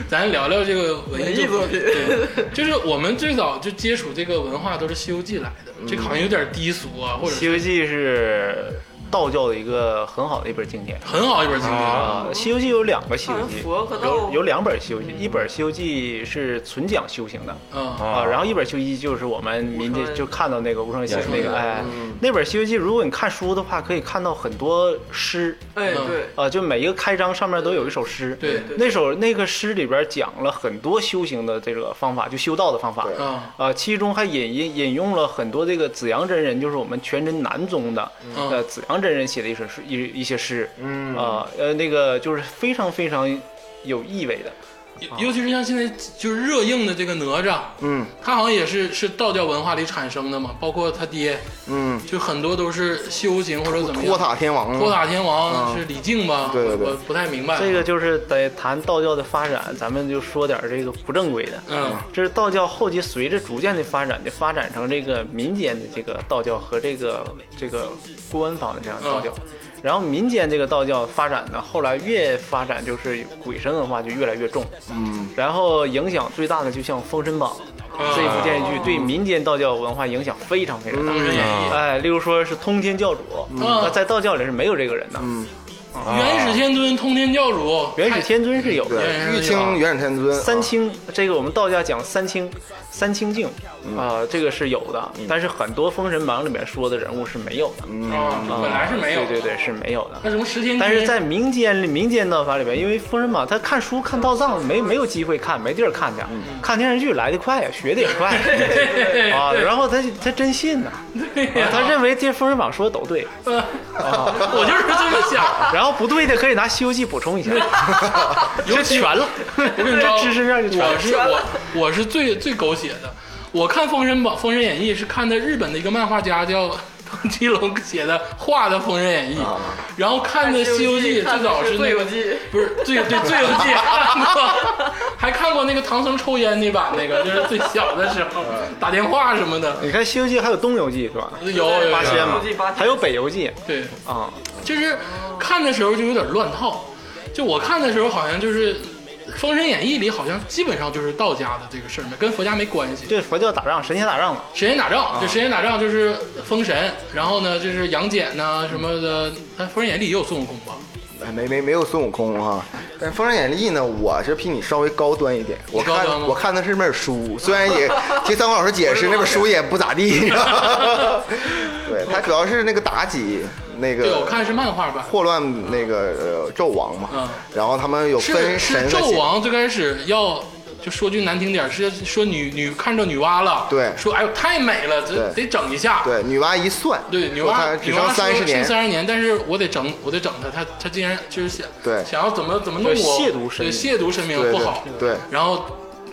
咱聊聊这个文艺作品，文艺对，就是我们最早就接触这个文化都是《西游记》来的，这个好像有点低俗啊，或者《西是游记》是道教的一个很好的一本经典。很好一本经典啊。啊，《西游记》有两个《西游好记像》，佛和道有有两本《西游记》，一本《西游记》是纯讲修行的嗯啊，然后一本《西游记》就是我们民间无双就看到那个无双仙无双那个，哎，嗯那本《西游记》如果你看书的话，可以看到很多诗。哎，对，啊，就每一个开章上面都有一首诗，对对那首那个诗里边讲了很多修行的这个方法，就修道的方法，对啊呃，其中还引引引用了很多这个紫阳真人，就是我们全真南宗的、嗯呃紫阳真人写的一首诗一一些诗，嗯啊呃那个就是非常非常有意味的，尤尤其是像现在就是热映的这个哪吒，嗯他好像也是是道教文化里产生的嘛，包括他爹，嗯，就很多都是修行或者怎么样。托塔天王，托塔天王是李靖吧？对对对我我不太明白。 这个就是得谈道教的发展，咱们就说点儿这个不正规的，嗯这是道教后期随着逐渐的发展，就发展成这个民间的这个道教和这个这个官方的这样的道教。然后民间这个道教发展呢，后来越发展就是鬼神文化就越来越重，嗯，然后影响最大的就像《封神榜》啊这一部电视剧，对民间道教文化影响非常非常大。 《封神演义》哎，例如说是通天教主，那在道教里是没有这个人的，元始天尊、通天教主、元始天尊是有的，对对，玉清元始天尊，三啊清，这个我们道家讲三清，三清镜嗯啊、这个是有的，但是很多《封神榜》里面说的人物是没有的，太啊，本来是没有，对对对，是没有的。那什么十天君，但是在民间里，民间道法里边，因为《封神榜》他看书看到藏没没有机会看，没地儿看去，啊嗯看电视剧来得快呀，学得也 快啊，然后他他真信呐、 啊对啊呀他认为这《封神榜》说的都对， 我就是这么 想，然后不对的可以拿《西游记》补充一下， 有全 了。我跟你这说，知识面就全了我是我我是最最狗血的。我看《封神榜》《封神演义》是看的日本的一个漫画家叫 藤崎龙写的画的《封神演义》，然后看的《西游记》，最早是那个看的是醉游记不是最对《醉游 记》看过，还看过那个唐僧抽烟那版，那个就是最小的时候打电话什么的，你看《西游记》还有《东游记》是吧？有有有八仙嘛东游记八，仙还有《北游记对。》啊，就是看的时候就有点乱套。就我看的时候，好像就是《封神演义》里好像基本上就是道家的这个事儿，跟佛家没关系。这佛教打仗，神仙打仗嘛。神仙打啊仗，就神仙打仗就是封神，然后呢就是杨戬呐、什么嗯的。哎，《封神演义》里也有孙悟空吧？哎没没没有孙悟空哈、但《封神演义》呢，我是比你稍微高端一点。我高看端吗我看的是那本书，虽 然也听三国老师解释，那本书也不咋地。你知道吗对，它主要是那个妲己那对，我个看是漫画版。霍乱那个呃纣王嘛，嗯然后他们有是分是神和纣仙。王最开始要就说句难听点儿，是说女女看着女娲了，对说哎呦太美了，这对得整一下，对，女娲一算，对，女我娲看只女剩娲三十年，三十年，但是我得整，我得整她，她她竟然就是想对想要怎么怎么弄我，对亵渎神对明亵渎神明对不对好，对然后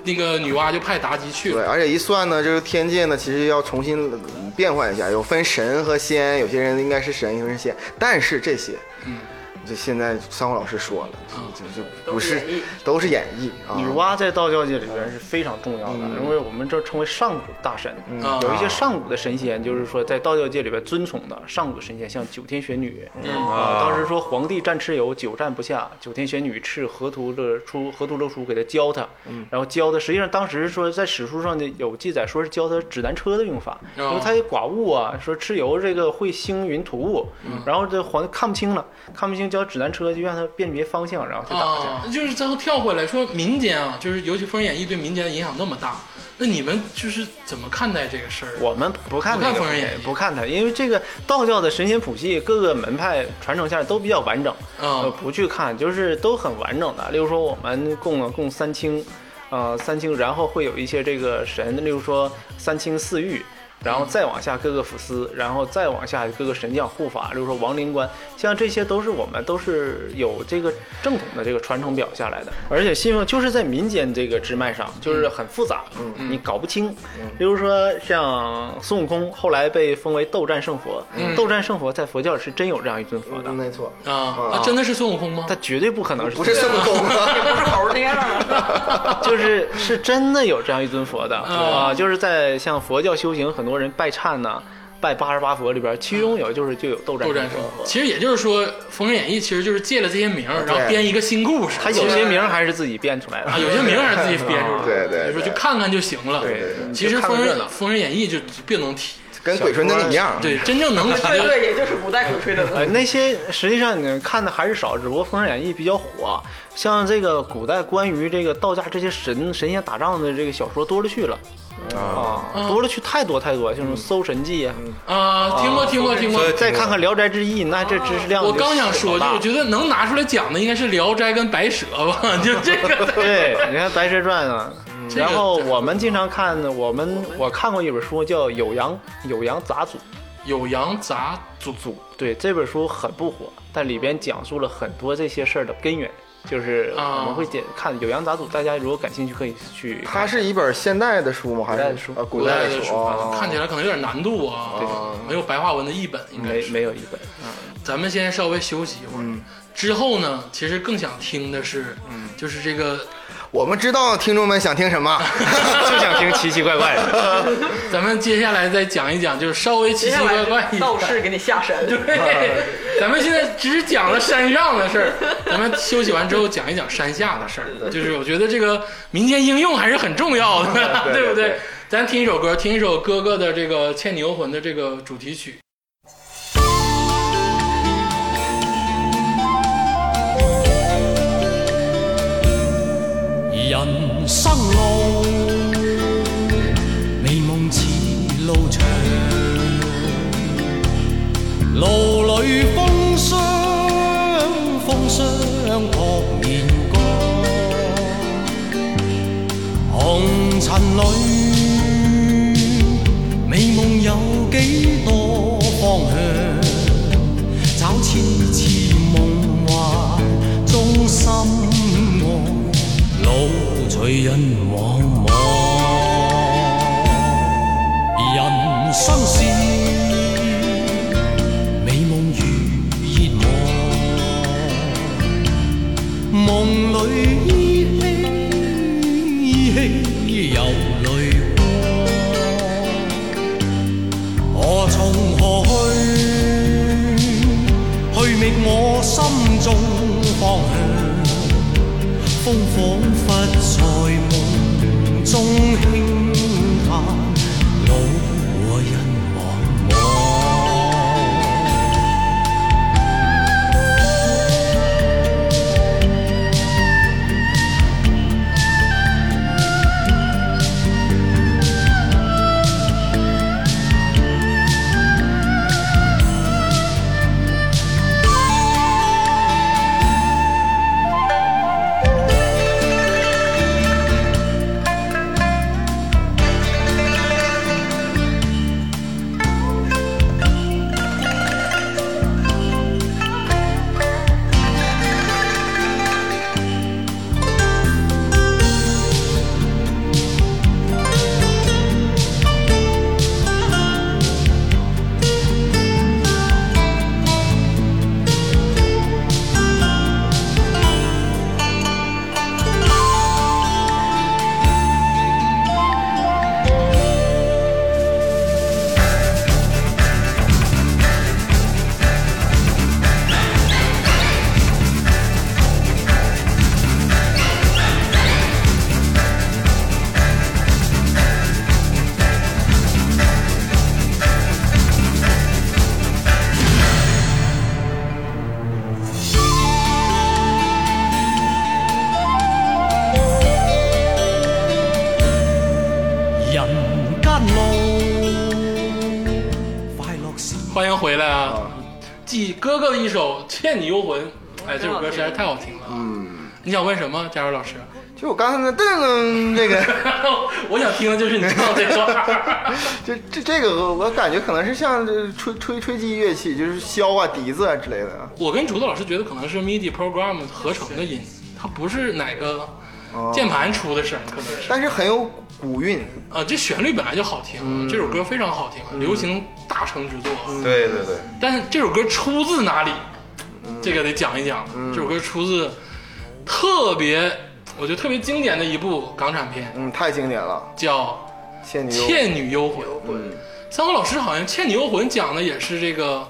那个女娲就派妲己去对，，而且一算呢，就是天界呢，其实要重新变换一下，有分神和仙，有些人应该是神，有些人是仙，但是这些，嗯，就现在三虎老师说了，嗯就就不是都是演绎啊，女娲在道教界里边是非常重要的，因为我们这称为上古大神，啊有一些上古的神仙，就是说在道教界里边尊崇的上古神仙，像九天玄女，啊，当时说皇帝战蚩尤久战不下，九天玄女赐河图勒出河图勒书给他教他，然后教他，实际上当时说在史书上呢有记载说是教他指南车的用法，因为他寡悟啊，说蚩尤这个会星云吐雾，然后这皇看不清了，看不清教指南车就让他辨别方向，然后去打去。啊，就是最后跳回来说民间啊，就是尤其《封神演义》对民间的影响那么大，那你们就是怎么看待这个事儿？我们不看这不看个封神演义不看它，因为这个道教的神仙谱系各个门派传承下来都比较完整，嗯呃，不去看就是都很完整的。例如说我们供了供三清，呃，三清，然后会有一些这个神，例如说三清四御。然后再往下各个府司，然后再往下各个神将护法，例如说王灵官，像这些都是我们都是有这个正统的这个传承表下来的，而且信奉就是在民间这个支脉上，就是很复杂，嗯，你搞不清。例如说像孙悟空后来被封为斗战胜佛，斗战胜佛在佛教里是真有这样一尊佛的，嗯没错，啊啊，真的是孙悟空吗呃他？绝对不可能是不是孙悟 空啊，不是猴那样啊。就是是真的有这样一尊佛的啊、嗯就是在像佛教修行，很多人拜忏呐、拜八十八佛里边，其中有就是就有斗战斗战胜胜佛，佛，其实也就是说，《封神演义》其实就是借了这些名儿，然后对编一个新故事。他有些名儿还是自己编出来的啊，有些名儿还是自己编出来的，对对对就说去看看就行了。对其实《就看封个热神闹封神演义》就别能提，跟鬼吹灯一样，啊对，真正能提对的对，也就是不带鬼吹灯。呃，那些实际上你看的还是少，只不过《封神演义》比较火。像这个古代关于这个道家这些神神仙打仗的这个小说多了去了啊，嗯多了去太多太多，像什么《搜神记》啊，啊，听过听过听过。所以再看看《聊斋志异》，那这知识量我刚想说，就就我是觉得能拿出来讲的应该是《聊斋》跟《白蛇》吧， 就这个。对，你看《白蛇传》啊，这个然后我们经常看，我们我看过一本书叫《酉阳酉阳杂俎》，酉阳杂俎，对这本书很不火，但里边讲述了很多这些事儿的根源。就是啊我们会点看《酉阳杂俎》，大家如果感兴趣可以去看。它是一本现代的书吗？还古是代的书啊，古古代代的书书啊，看起来可能有点难度啊，没有白话文的译本，应该没嗯是。没有一本，咱们先稍微休息一会儿，之后呢，其实更想听的是，嗯就是这个我们知道听众们想听什么， 就想听奇奇怪怪的。咱们接下来再讲一讲，就是稍微奇接奇下怪来怪一点。道士给你下山，嗯对， 咱们现在只讲了山上的事儿， 咱们休息完之后讲一讲山下的事儿。就是我觉得这个民间应用还是很重要 的，对不对对对？咱听一首歌，听一首哥哥的这个《倩女幽魂》的这个主题曲。 《相撲面光，紅塵裏美夢有幾多方向？找次次夢幻中心愛，老隨人茫茫。人生是美夢與熱望。梦里依稀依稀有泪光，我从何去？去觅我心中方向，风仿佛在梦中轻叹，老我人茫茫。人間路，快樂是欢迎回来啊！继哥哥的一首《倩女幽魂》，哎，这首歌实在是太好听了。嗯，你想问什么，佳茹老师？ 就我刚才那噔噔这个。我想听的就是你唱这段。 这这这个我我感觉可能是像这吹吹吹击乐器，就是箫啊、笛子啊之类的啊。我跟竹子老师觉得可能是 MIDI program 合成的音，它不是哪个键盘出的声，可能是。但是很有古韵，啊，这旋律本来就好听，这首歌非常好听，流行大成之作。对对对，但是这首歌出自哪里？这个得讲一讲。这首歌出自特别，我觉得特别经典的一部港产片，嗯，太经典了，叫《《倩女幽魂》。倩女幽魂》。三国老师好像《倩女幽魂》讲的也是这个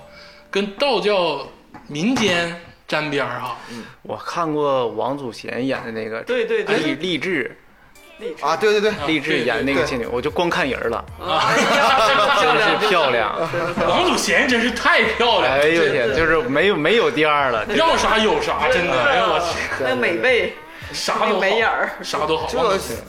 跟道教民间沾边儿哈。 我看过王祖贤演的那个，对对对励励志啊，对对对，励志演对那个对倩女，我就光看人儿了，哎呀，漂真亮，是漂亮，王祖贤真是太漂亮，哎了，呦我天，就是没有没有第二了，这要啥有啥，真的，哎呦我去，那美背，啥都好，眉眼儿啥都好。这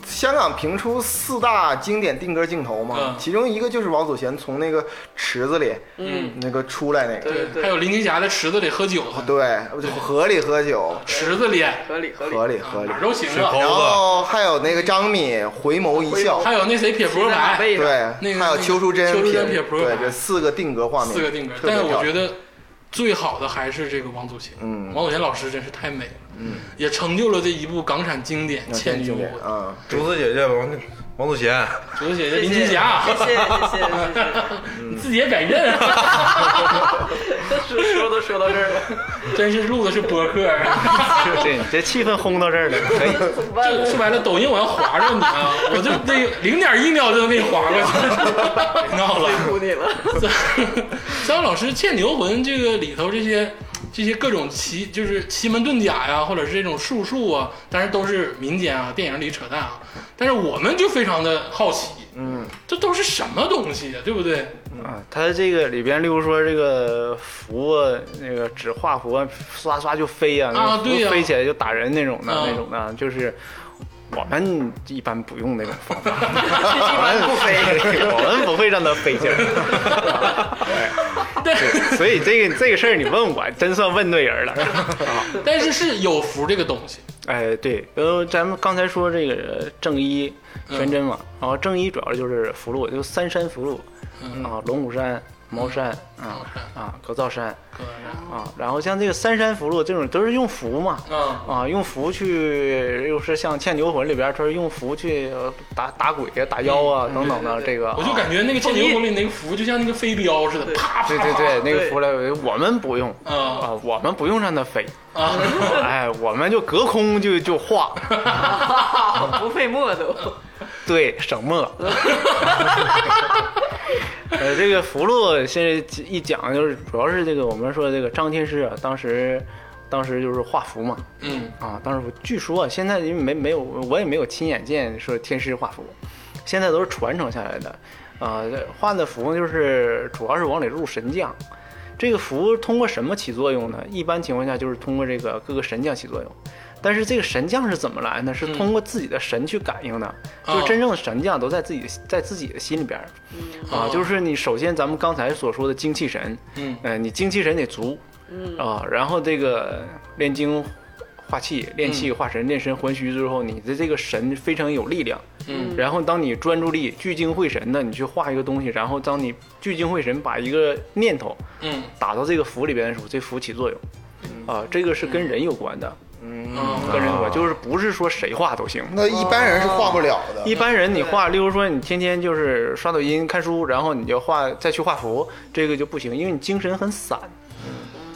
香港评出四大经典定格镜头嘛嗯，其中一个就是王祖贤从那个池子里，嗯，那个出来那个，对还对，有林青霞在池子里喝酒，对，就河里喝酒，池子里合理合理，河里喝酒哪。都行水啊。泡然后还有那个张敏回眸一笑，还有那谁撇波在马牌，背上，对，那个还有邱淑贞邱淑贞撇撇坡对，这四个定格画面，四个定格，特别但是我漂亮觉得最好的还是这个王祖贤，嗯王祖贤老师真是太美了，嗯，也成就了这一部港产经典《倩女幽魂》。嗯，竹子姐姐王王祖贤，竹子姐姐谢谢林青霞，谢谢谢谢谢谢。你自己也改认啊， 说都说到这儿了，真是录的是播客啊。 这这气氛烘到这儿了，可以。怎 么办就呢？哎说白了，抖音我要划着你啊，我就那零点一秒就能给你划过去，别闹了。哭你了， 张老师，《倩女幽魂》这个里头这些这些各种奇，就是奇门遁甲呀，或者是这种术数啊，当然都是民间啊，电影里扯淡啊。但是我们就非常的好奇，嗯，这都是什么东西呀、对不对？啊，它这个里边，例如说这个符啊，那个纸画符啊，刷刷就飞啊，那啊个符对呀飞起来就打人那种的，啊那种的，就是我们一般不用那种方 法，一般不飞。我们不会让它 飞起来。但所以这个这个事儿你问我，真算问对人了。但是是有福这个东西，哎，对，呃，咱们刚才说这个正一嗯全真嘛，然后正一主要就是福禄，就三山福禄，嗯啊，龙虎山、茅山啊啊，格造山可能啊，然后像这个三山福禄这种都是用福嘛，是啊，啊，用符去，又是像《倩女幽魂》里边，他是用符去呃打打鬼啊、打妖嗯啊、等等的这个。我就感觉那个《倩女幽魂》里那个符就像那个飞镖似的，对啪啪对对 对，那个符来，我们不用啊啊，我们不用让它飞，啊，哎，我们就隔空就就画， 不费墨都，对，省墨。呃，这个符箓现在一讲就是，主要是这个我们说这个张天师啊，当时当时就是画符嘛，嗯，啊，当时我据说啊，现在因为没没有，我也没有亲眼见说天师画符，现在都是传承下来的。啊、这画的符就是主要是往里入神将，这个符通过什么起作用呢？一般情况下就是通过这个各个神将起作用，但是这个神将是怎么来呢？是通过自己的神去感应的，就嗯哦是真正的神将都在自己在自己的心里边儿，啊，哦就是你首先咱们刚才所说的精气神，嗯呃，你精气神得足，嗯啊，然后这个炼精化气、炼气化神、炼神还虚之后，你的这个神非常有力量。嗯，然后当你专注力聚精会神的，你去画一个东西，然后当你聚精会神把一个念头嗯打到这个符里边的时候，这符起作用。啊，这个是跟人有关的，嗯跟人有关，就是不是说谁画都行。那一般人是画不了的。一般人你画，例如说你天天就是刷抖音、看书，然后你就画再去画符，这个就不行，因为你精神很散。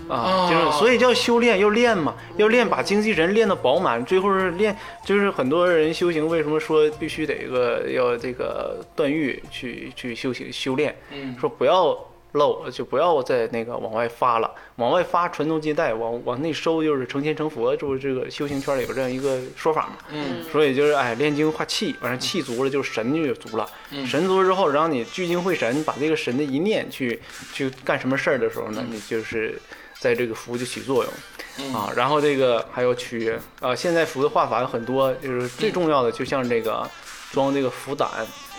啊，哦就是所以叫修炼，要练嘛，要练把精气神练得饱满，最后是练，就是很多人修行为什么说必须得一个要这个段誉去去修行修炼，嗯说不要漏，就不要再那个往外发了，往外发传宗接代，往往内收就是成仙成佛，就是这个修行圈里有这样一个说法嘛，嗯所以就是哎，炼精化气，完了气足了，就是神就有足了。嗯神足了之后，然后你聚精会神，把这个神的一念去去干什么事儿的时候嗯呢，你就是在这个符就起作用啊。然后这个还有取啊，现在符的画法有很多，就是最重要的，就像这个装这个符胆。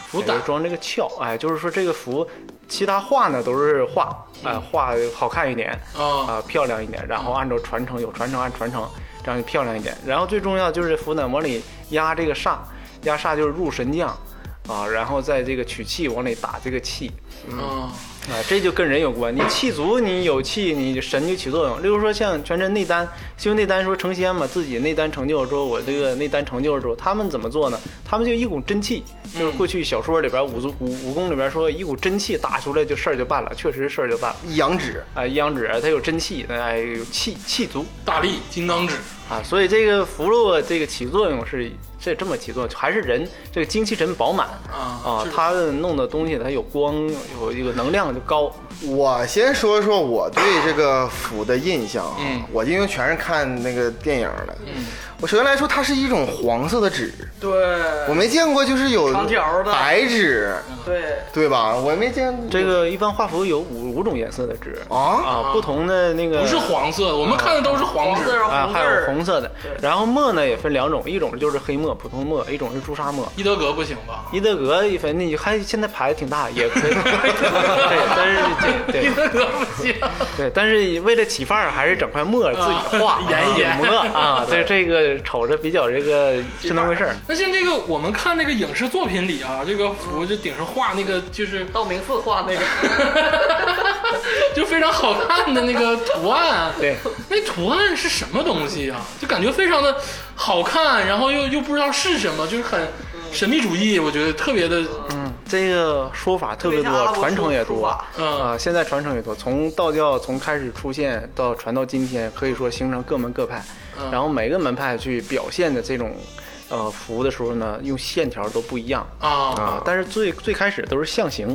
符胆装这个鞘，哎，就是说这个符，其他画呢都是画，哎，画好看一点，啊，啊、漂亮一点，然后按照传承有传承按传承，这样就漂亮一点。然后最重要就是符胆往里压这个煞，压煞就是入神将，啊，然后在这个取气往里打这个气，嗯啊，这就跟人有关。你气足，你有气，你神就起作用。例如说像全真内丹，修内丹说成仙嘛，自己内丹成就之后，我这个内丹成就之后，他们怎么做呢？他们就一股真气，就是过去小说里边武术武武功里边说一股真气打出来就事儿就办了，确实事儿就办了。一阳指，啊，一阳指它有真气，哎，有气气足大力金刚指，啊，所以这个符箓啊这个起作用是这这么起作用，还是人这个精气神饱满啊啊是，它弄的东西它有光，有一个能量就高，我先说说我对这个斧的印象啊，嗯我因为全是看那个电影的。我首先来说，它是一种黄色的纸， 对我没见过就是有长条的白纸，对，对吧？我没见过这个一般画符有五五种颜色的纸啊，啊，不同的那个哦不是黄色，我们看的都是黄黄字纸，儿啊，红字还有儿，红色的，然后墨呢也分两种，一种就是黑墨普通墨，一种是朱砂墨。伊德格不行吧？伊德格一分，你还现在牌子挺大，也可以，对，但是这对伊德格不行，对，但是为了起范儿，还是整块墨自己画、研一研研磨啊。对，这个瞅着比较这个是那回事儿。但是那个我们看那个影视作品里啊，这个符就顶上画那个就是 道明寺画 那个，就非常好看的那个图案，对，那图案是什么东西啊？就感觉非常的好看，然后又又不知道是什么，就是很神秘主义，我觉得特别的，嗯，这个说法特别特别像阿拉多，伯传承也书多法啊、嗯现在传承也多，从道教从开始出现到传到今天，可以说形成各门各派，嗯然后每个门派去表现的这种呃符的时候呢，用线条都不一样。啊啊，但是最最开始都是象形，例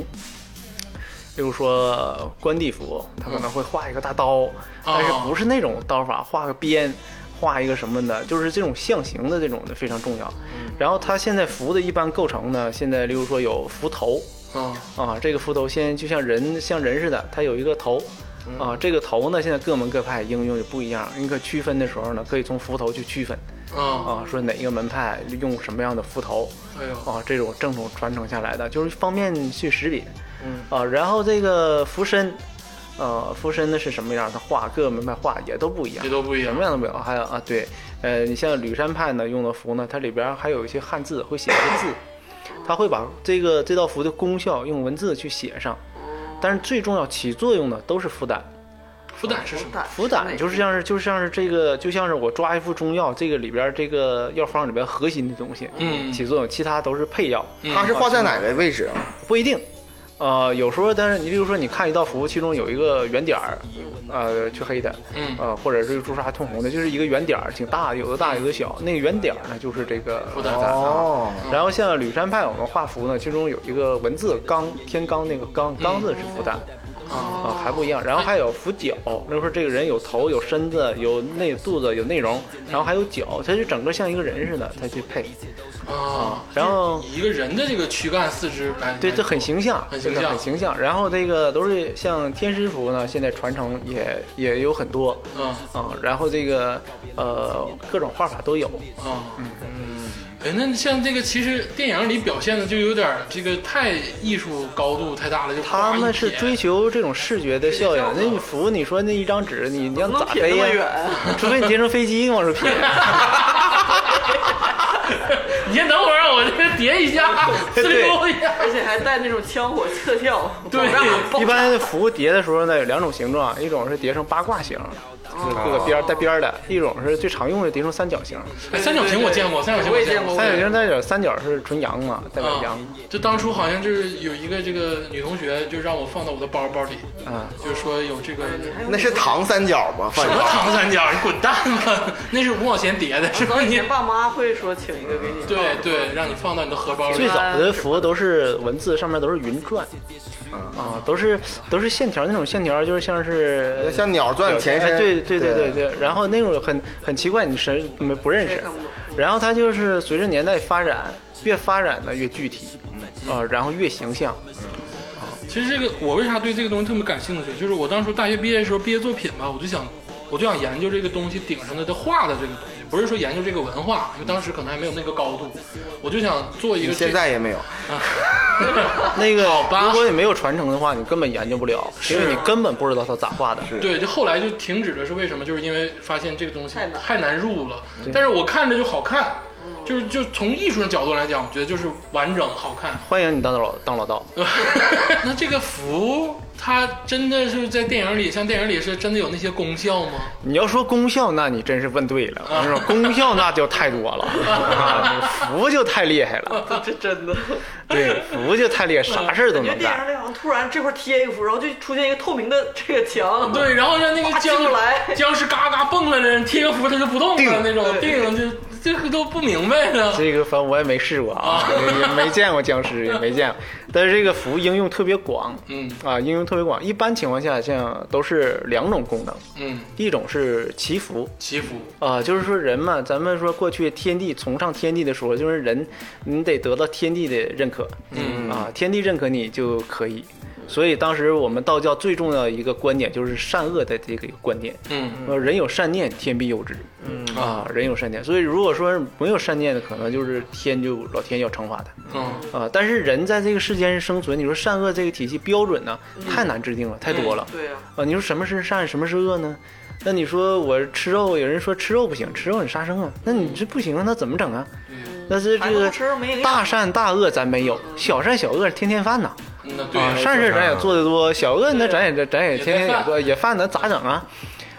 如说呃关帝符，他可能会画一个大刀，但是不是那种刀法，画个鞭，画一个什么的，就是这种象形的这种的非常重要。然后它现在符的一般构成呢，现在例如说有符头啊啊，这个符头现在就像人像人似的，它有一个头。啊。这个头呢，现在各门各派应用也不一样，你可区分的时候呢，可以从符头去区分啊，啊，说哪个门派用什么样的符头哎呦，啊，这种正统传承下来的，就是方便去识别。嗯啊，然后这个符身，呃，符身呢是什么样？它画各个门派画也都不一样，这都不一样什么样的不一样？还有啊，对，呃，你像吕山派呢用的符呢，它里边儿还有一些汉字，会写一些字，它会把这个这道符的功效用文字去写上。但是最重要起作用的都是符胆，复旦是什么？符胆就是像是就像是这个就像是我抓一副中药，这个里边儿这个药方里边儿核心的东西，嗯起作用，其他都是配药。它是画在哪个位置啊？不一定。呃，有时候，但是你比如说，你看一道符，其中有一个圆点儿，呃，去黑的，嗯呃，或者是朱砂通红的，就是一个圆点儿，挺大，有的大，有的小。那个圆点儿呢，就是这个符胆符哦，然后像吕山派，我们画符呢，其中有一个文字“刚”，天罡那个“刚”，刚字是符胆，啊，还不一样。然后还有符脚，那时候这个人有头、有身子、有内肚子、有内容，然后还有脚，他就整个像一个人似的，他去配。啊，然后以一个人的这个躯干、四肢来，对，这很形形象，很真的形象很形象。然后这个都是像天师符呢，现在传承也也有很多，啊嗯，然后这个呃各种画法都有，啊，嗯，哎，那像这个其实电影里表现的就有点儿这个太艺术高度太大了，就他们是追求求这种视觉的效应。那你符，你说那一张纸，你你让能咋撇那飞么呀？远？ 除非你叠成飞机往上撇， 你先等会儿，啊我这个叠一 下，呲溜一下。而且还带那种枪火特效，对爆炸爆一般符叠的时候呢，有两种形状，一种是叠成八卦形，就是各个边儿带边儿的；一种是最常用的叠成三角形。哎三角形我见过，三角形我也见见过三角形代表三角是纯阳嘛，代表啊阳。，就当初好像就是有一个这个女同学，就让我放到我的包包里，啊，就是说有这个什那是糖三角吗？反么正糖三角，你滚蛋吧！ 那是五毛钱叠的，是 吧？我以你前爸妈会说请一个给你，对对，让你放到你的荷包最里早。的符都是文字，上面都是云篆，啊，都是都是线条，那种线条就是像是像鸟转前身，哎对对对对对。然后那种很很奇怪，你谁没不认识谁看不懂。然后它就是随着年代发展，越发展的越具体，啊，然后越形象。其实这个我为啥对这个东西特别感兴趣，就是我当初大学毕业的时候毕业作品吧，我就想，我就想研究这个东西顶上的它画的这个东西，不是说研究这个文化，因为当时可能还没有那个高度，我就想做一个你这。啊现在也没有。 那个好吧如果你没有传承的话，你根本研究不了，因为你根本不知道它咋画的。对，就后来就停止了，是为什么？就是因为发现这个东西太难太难入了。但是我看着就好看，就是就从艺术的角度来讲，我觉得就是完整好看。欢迎你当老当老道。 那这个符，它真的是在电影里，像电影里是真的有那些功效吗？你要说功效，那你真是问对了。我跟你说，功效那就太多了，啊福就太厉害 了。这真的。 对，福就太厉害，啥事儿都感觉能电影干。里好像突然这块贴一个符，然后就出现一个透明的这个墙，对，然后让那个哇进不僵来僵尸嘎嘎蹦来了，贴个符它就不动了那种，定就这个都不明白呢。这个反正我也没试过啊，也也没见过僵尸，也没见过。但是这个符应用特别广，嗯啊，应用特别广。一般情况下，像都是两种功能，嗯，一种是祈福，祈福啊，就是说人嘛，咱们说过去天地崇尚天地的时候，就是人你得得到天地的认可，嗯啊，天地认可你就可以。所以当时我们道教最重要的一个观点就是善恶的这个观点，嗯，呃，人有善念，天必佑之，嗯啊，人有善念，所以如果说没有善念的，可能就是天就老天要惩罚他，嗯啊，但是人在这个世间生存，你说善恶这个体系标准呢，太难制定了，太多了。嗯对呀、啊，你说什么是善，什么是恶呢？那你说我吃肉，有人说吃肉不行，吃肉你杀生啊，那你这不行啊，那怎么整啊？那是这孩子个嗯不吃肉没营养大善大恶咱没有，小善小恶天天犯呐。嗯那对啊，善事咱也做得多，小恶那咱也咱也也天天在也犯做也犯，那咋整啊？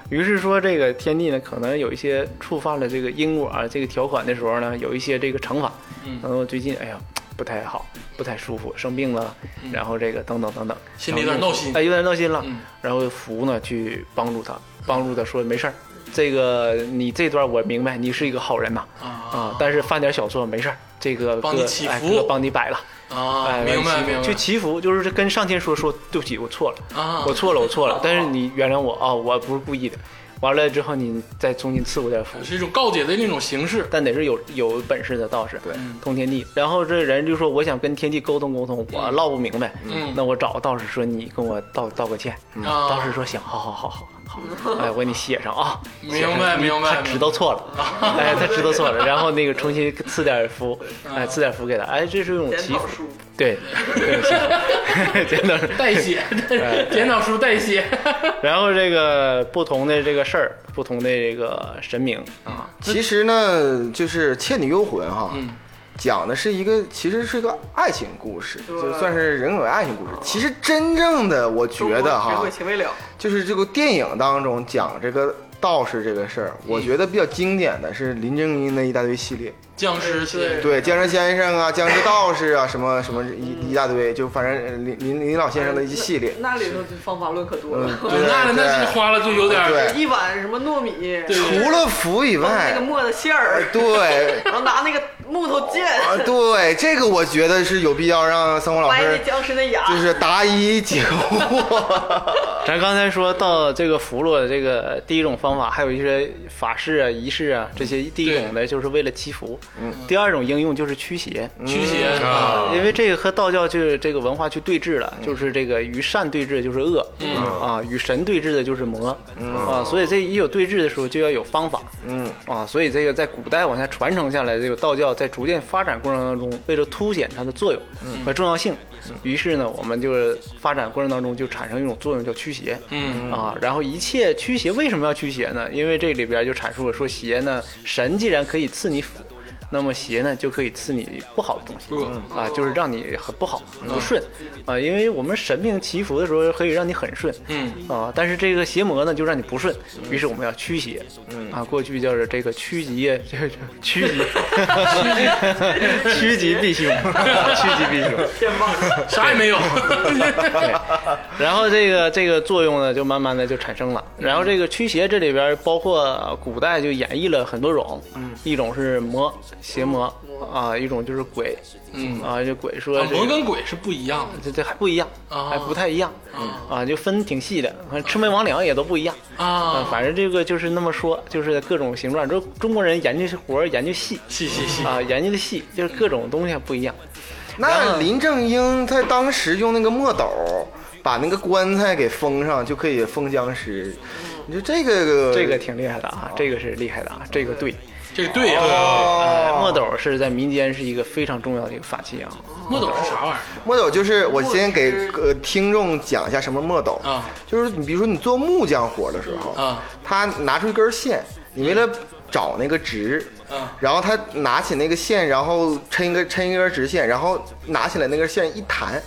于是说这个天地呢，可能有一些触犯了这个因果啊这个条款的时候呢，有一些这个惩罚。嗯然后最近哎呀不太好，不太舒服，生病了，然后这个等等等等，嗯心里有点闹心哎，有点闹心了。嗯然后福呢去帮助他，帮助他说没事儿，这个你这段我明白，你是一个好人呐啊，但是犯点小错没事儿，这个帮你哥祈哎福哥帮你摆了。啊，哎，明白祈福明白去祈福就是跟上天说说，对不起，我错了，啊我错了，我错了，但是你原谅我啊、我不是故意的。完了之后你在中间赐我点福，是一种告解的那种形式。但得是有有本事的道士，对，通天地。然后这人就说我想跟天地沟通沟通，我唠不明白，嗯那我找个道士说你跟我道道个歉，嗯啊道士说行，好好好好好，哎，我给你写上啊，明白明白他知道 错了，哎，他知道错了，然后那个重新赐点福，嗯哎，赐点福给他，哎，这是一种检祈讨福，书，对，对， 真 的。哎代写，检讨书代 写。然后这个不同的这个事儿，不同的这个神明啊，其实呢，就是《倩女幽魂》哈，嗯讲的是一个其实是一个爱情故事，对就算是人鬼爱情故事。其实真正的我觉得中哈国人鬼，情未了，就是这个电影当中讲这个道士这个事儿，嗯我觉得比较经典的是林正英的一大堆系列，僵尸写，对僵尸先生啊、僵尸道士啊，什么什么一一大堆，就反正呃林林林老先生的一系列。那里头就方法论可多嗯，了。对那那是对花了就有点儿。对一碗什么糯米，对除了福以然后那外个，墨的馅儿，对，然后拿那个木头剑啊， 对，这个我觉得是有必要让三虎老掰那师僵尸的牙， 就是答疑解惑。 咱刚才说到这个符箓，这个第一种方法，还有一些法事啊、仪式啊，这些第一种的就是为了祈福，第二种应用就是驱邪，驱邪嗯啊，啊，因为这个和道教就是这个文化去对峙了，就是这个与善对峙就是恶，啊，与神对峙的就是魔，啊，所以这一有对峙的时候就要有方法，嗯，啊，所以这个在古代往下传承下来，这个道教在逐渐发展过程当中，为了凸显它的作用和重要性，于是呢，我们就是发展过程当中就产生一种作用叫驱邪，嗯啊，然后一切驱邪为什么要驱邪呢？因为这里边就阐述了说邪呢，神既然可以赐你福，那么邪呢就可以赐你不好的东西，啊，就是让你很不好不顺，啊，因为我们神明祈福的时候可以让你很顺，嗯啊，但是这个邪魔呢就让你不顺，于是我们要驱邪，啊，过去叫是这个趋吉，这个趋吉，趋吉避凶， 趋吉避凶。天棒，啥也 没有。对，然后这个这个作用呢，就慢慢的就产生了。嗯然后这个驱邪这里边包括古代就演绎了很多种，嗯一种是魔邪魔啊，一种就是鬼，嗯啊，就鬼说啊这魔个跟鬼是不一样的。这这还不一样，啊嗯还不太一样，啊，就分挺细的，反正魑魅魍魉也都不一样啊反正这个就是那么说，就是各种形状。就中国人研究活儿研究细细细细，啊，研究的细，就是各种东西还不一样。那林正英他当时用那个墨斗把那个棺材给封上，就可以封僵尸。你说这个这个挺厉害的啊，这个是厉害的啊，这个对。这个对啊。哎墨哦，斗是在民间是一个非常重要的一个法器啊。墨斗是啥玩意墨斗就是我先给呃听众讲一下什么墨斗啊，就是你比如说你做木匠活的时候啊，他拿出一根线，你为了找那个值啊。然后他拿起那个线，然后抻一个抻一根直线，然后拿起来那根线一弹，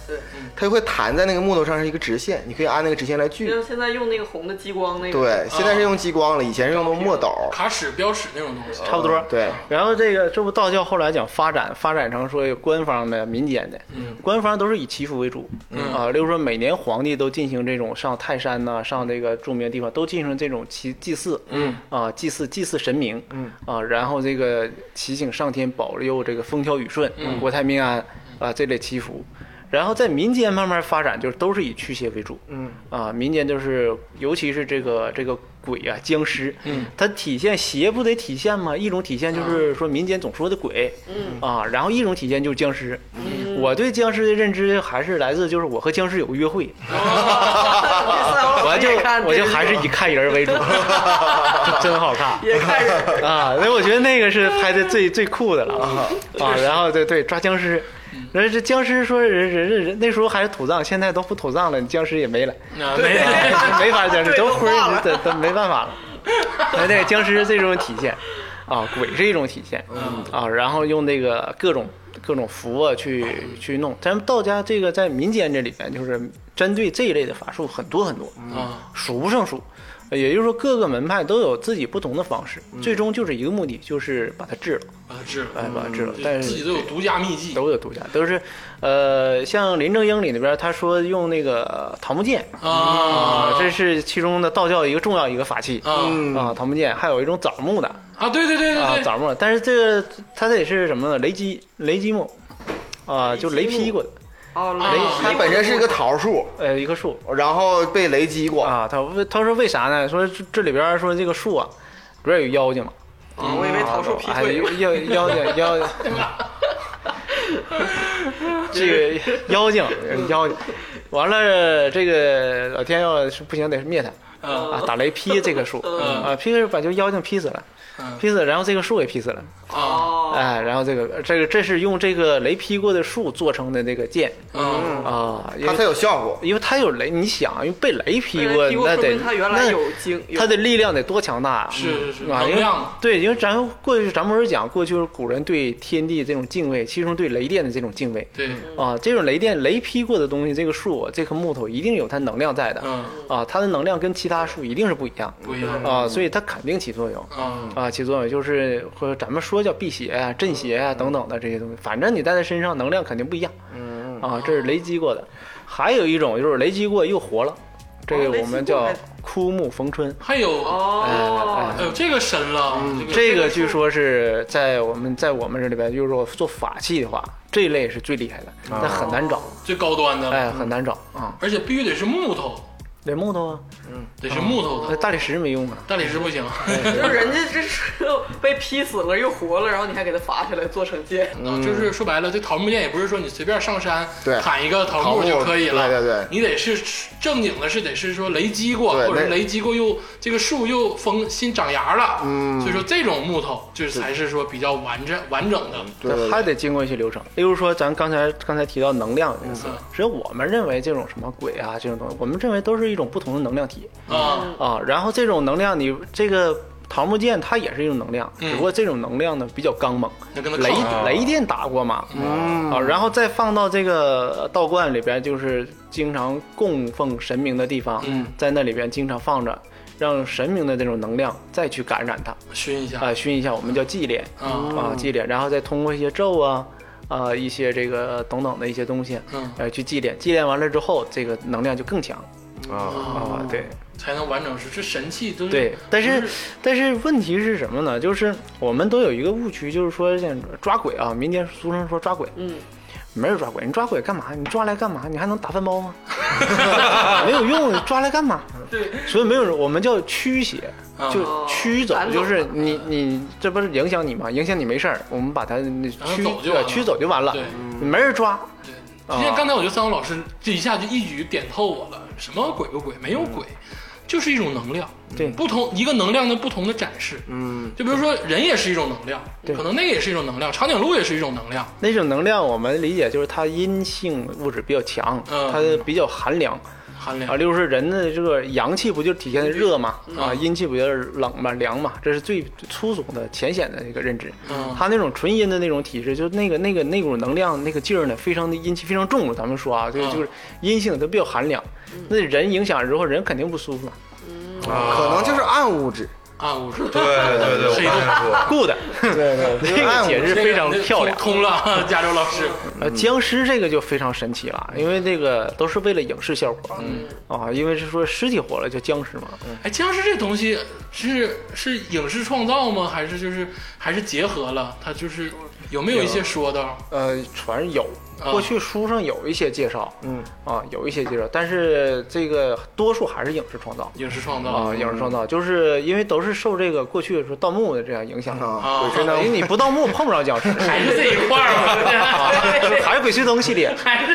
它就会弹在那个木头上是一个直线，你可以按那个直线来锯。就啊像现在用那个红的激光那个，对，现在是用激光了，以前是用的墨斗。儿？卡尺、标尺那种东西。差不多。哦对，然后这个这不道教后来讲发展，发展成说有官方的、民间的，嗯官方都是以祈福为主，啊，例如说每年皇帝都进行这种上泰山呐、上这个著名地方都进行这种祈祭祀，嗯，啊，祭祀祭祀神明，嗯，啊，然后这个祈请上天保佑这个风调雨顺、国泰民安，啊，这类祈福。然后在民间慢慢发展，就是都是以驱邪为主。嗯啊，民间就是，尤其是这个这个鬼啊、僵尸，嗯，它体现邪不得体现吗？一种体现就是说民间总说的鬼，嗯啊，然后一种体现就是僵尸。我对僵尸的认知还是来自就是我和僵尸有个约会，我 我就我就还是以一看人 为主，真好看。也看人，啊，所以我觉得那个是拍的最最酷的了啊嗯啊！然后对对，抓僵尸，然后这僵尸说人人人人那时候还是土葬，现在都不土葬了，僵尸也没了，啊，没有。 没法僵尸对都都灰儿化了都都没办法了。那那个僵尸这种体现啊，鬼是一种体现嗯啊，然后用那个各种各种符啊去去弄。咱们道家这个在民间这里边就是针对这一类的法术很多很多嗯啊，数不胜数。呃也就是说，各个门派都有自己不同的方式，嗯最终就是一个目的，就是把它治了，把它治了哎，，把它治了。这但啊自己是都有独家秘技。都有独家，都是，呃，像林正英里那边，他说用那个桃木剑啊，嗯这是其中的道教一个重要一个法器啊啊，桃木剑，还有一种枣木的啊，对对对啊对，对，枣木的，但是这个它得是什么呢？雷击雷击木啊，就雷劈过的。哦，雷雷它本身是一个桃树，呃，一棵树然后被雷击过，啊。他为他说为啥呢？说这这里边儿说这个树啊，里边儿有妖精嘛，啊我以为嗯桃树劈哎腿妖妖妖精妖 精，这个妖精妖精，完了这个老天要是不行得灭他。嗯 啊，哦打雷劈这棵树，嗯啊，劈把就妖精劈死了，嗯劈死了，然后这棵树给劈死了，啊哦，哎，然后这个这个这是用这个雷劈过的树做成的那个剑嗯啊，因它才为有效果。因为它有雷，你想，因为被雷劈过，劈过那说得明他原来有那经有它的力量得多强大啊！是是是啊，能因为量嘛对，因为咱们过去咱们不是讲过去就是古人对天地这种敬畏，其中对雷电的这种敬畏，对，啊，这种雷电雷劈过的东西，这个树这棵木头一定有它能量在的，嗯啊，它的能量跟其他树一定是不一样，不一样啊，所以它肯定起作用。啊啊，起作用就是或者咱们说叫辟邪啊、镇邪啊等等的这些东西，反正你带在身上能量肯定不一样。嗯啊，这是雷击过的，还有一种就是雷击过又活了，这哦个雷我击们过叫还枯木逢春。还有，哦哎，哎呦，这个神了，嗯这个据说是在我们在我们这里边，就是说做法器的话，这一类是最厉害的，但很难找，最高端的了，哎，很难找啊。而且必须得是木头，得木头啊，得是木头那的，大理石没用啊。大理石不 行。就是人家这是 被劈死了又活了，然后你还给他罚下来做成剑，啊就是说白了，这桃木剑也不是说你随便上山嗯对砍一个桃木桃木就可以了，对对对你得是正经的，是得是说雷击过，对或者是那雷击过又这个树又丰新长芽了，嗯，所以说这种木头就是才是说比较完整完整的，对对它还得经过一些流程。例如说，咱刚才刚才提到能量这个词嗯，其实我们认为这种什么鬼啊这种东西，我们认为都是一种不同的能量体嗯啊，啊。然后这种能量你，这个桃木剑它也是一种能量，嗯只不过这种能量呢比较刚猛，那嗯跟它雷抗衡雷电打过嘛，啊，然后再放到这个道观里边，就是经常供奉神明的地方，嗯在那里边经常放着。让神明的这种能量再去感染它，熏一下啊、哎熏一下，我们叫祭奠，啊，啊祭奠，然后再通过一些咒啊。啊、一些这个等等的一些东西，嗯呃，去祭奠，祭奠完了之后，这个能量就更强啊，啊、哦对才能完整是这神器都是对，但是都是但是问题是什么呢？就是我们都有一个误区，就是说像抓鬼啊，民间俗称说抓鬼， 嗯，没人抓鬼，你抓鬼干嘛？你抓来干嘛？你还能打饭包吗？ 没有用，你抓来干嘛？ 对，所以没有人，我们叫驱邪，啊就哦驱走赶，走就是你你这不是影响你吗？影响你没事儿，我们把它那它驱走就完呃了驱走就完了对，没人抓。对，啊你看刚才我觉得三虎老师这一下就一举点透我了，什么鬼不鬼，没有鬼，就是一种能量，嗯对不同一个能量的不同的展示，嗯，就比如说人也是一种能量，对可能那个也是一种能量，长颈鹿也是一种能量，那种能量我们理解就是它阴性物质比较强，嗯它比较寒凉含啊。量，例如说人的这个阳气不就体现的热嘛，嗯啊，阴气不就是冷嘛、凉嘛，这是最粗俗的、浅显的一个认知。嗯它那种纯阴的那种体质，就那个那个那股能量、那个劲儿呢，非常的阴气非常重。咱们说啊，就是嗯就是阴性，它比较寒凉。那人影响之后，人肯定不舒服嘛。可能就是暗物质。暗物 质，对对对，我是一个刚才说， Good，对对， 这个解释非常漂亮。嗯通通了， 加州老师，呃，僵尸这个就非常神奇了，因为这个都是为了影视效果，嗯啊，因为是说尸体活了叫僵尸嘛，哎，僵尸这东西是是影视创造吗？还是就是还是结合了？它就是有没有一些说道？呃，传有，啊过去书上有一些介绍，嗯啊，有一些介绍，但是这个多数还是影视创造影视创啊、造影视创造就是因为都是受这个过去说盗墓的这样影响的，啊，啊，因为你不盗墓碰不着僵尸，还是这一块儿嘛， 还是鬼吹灯系列，还是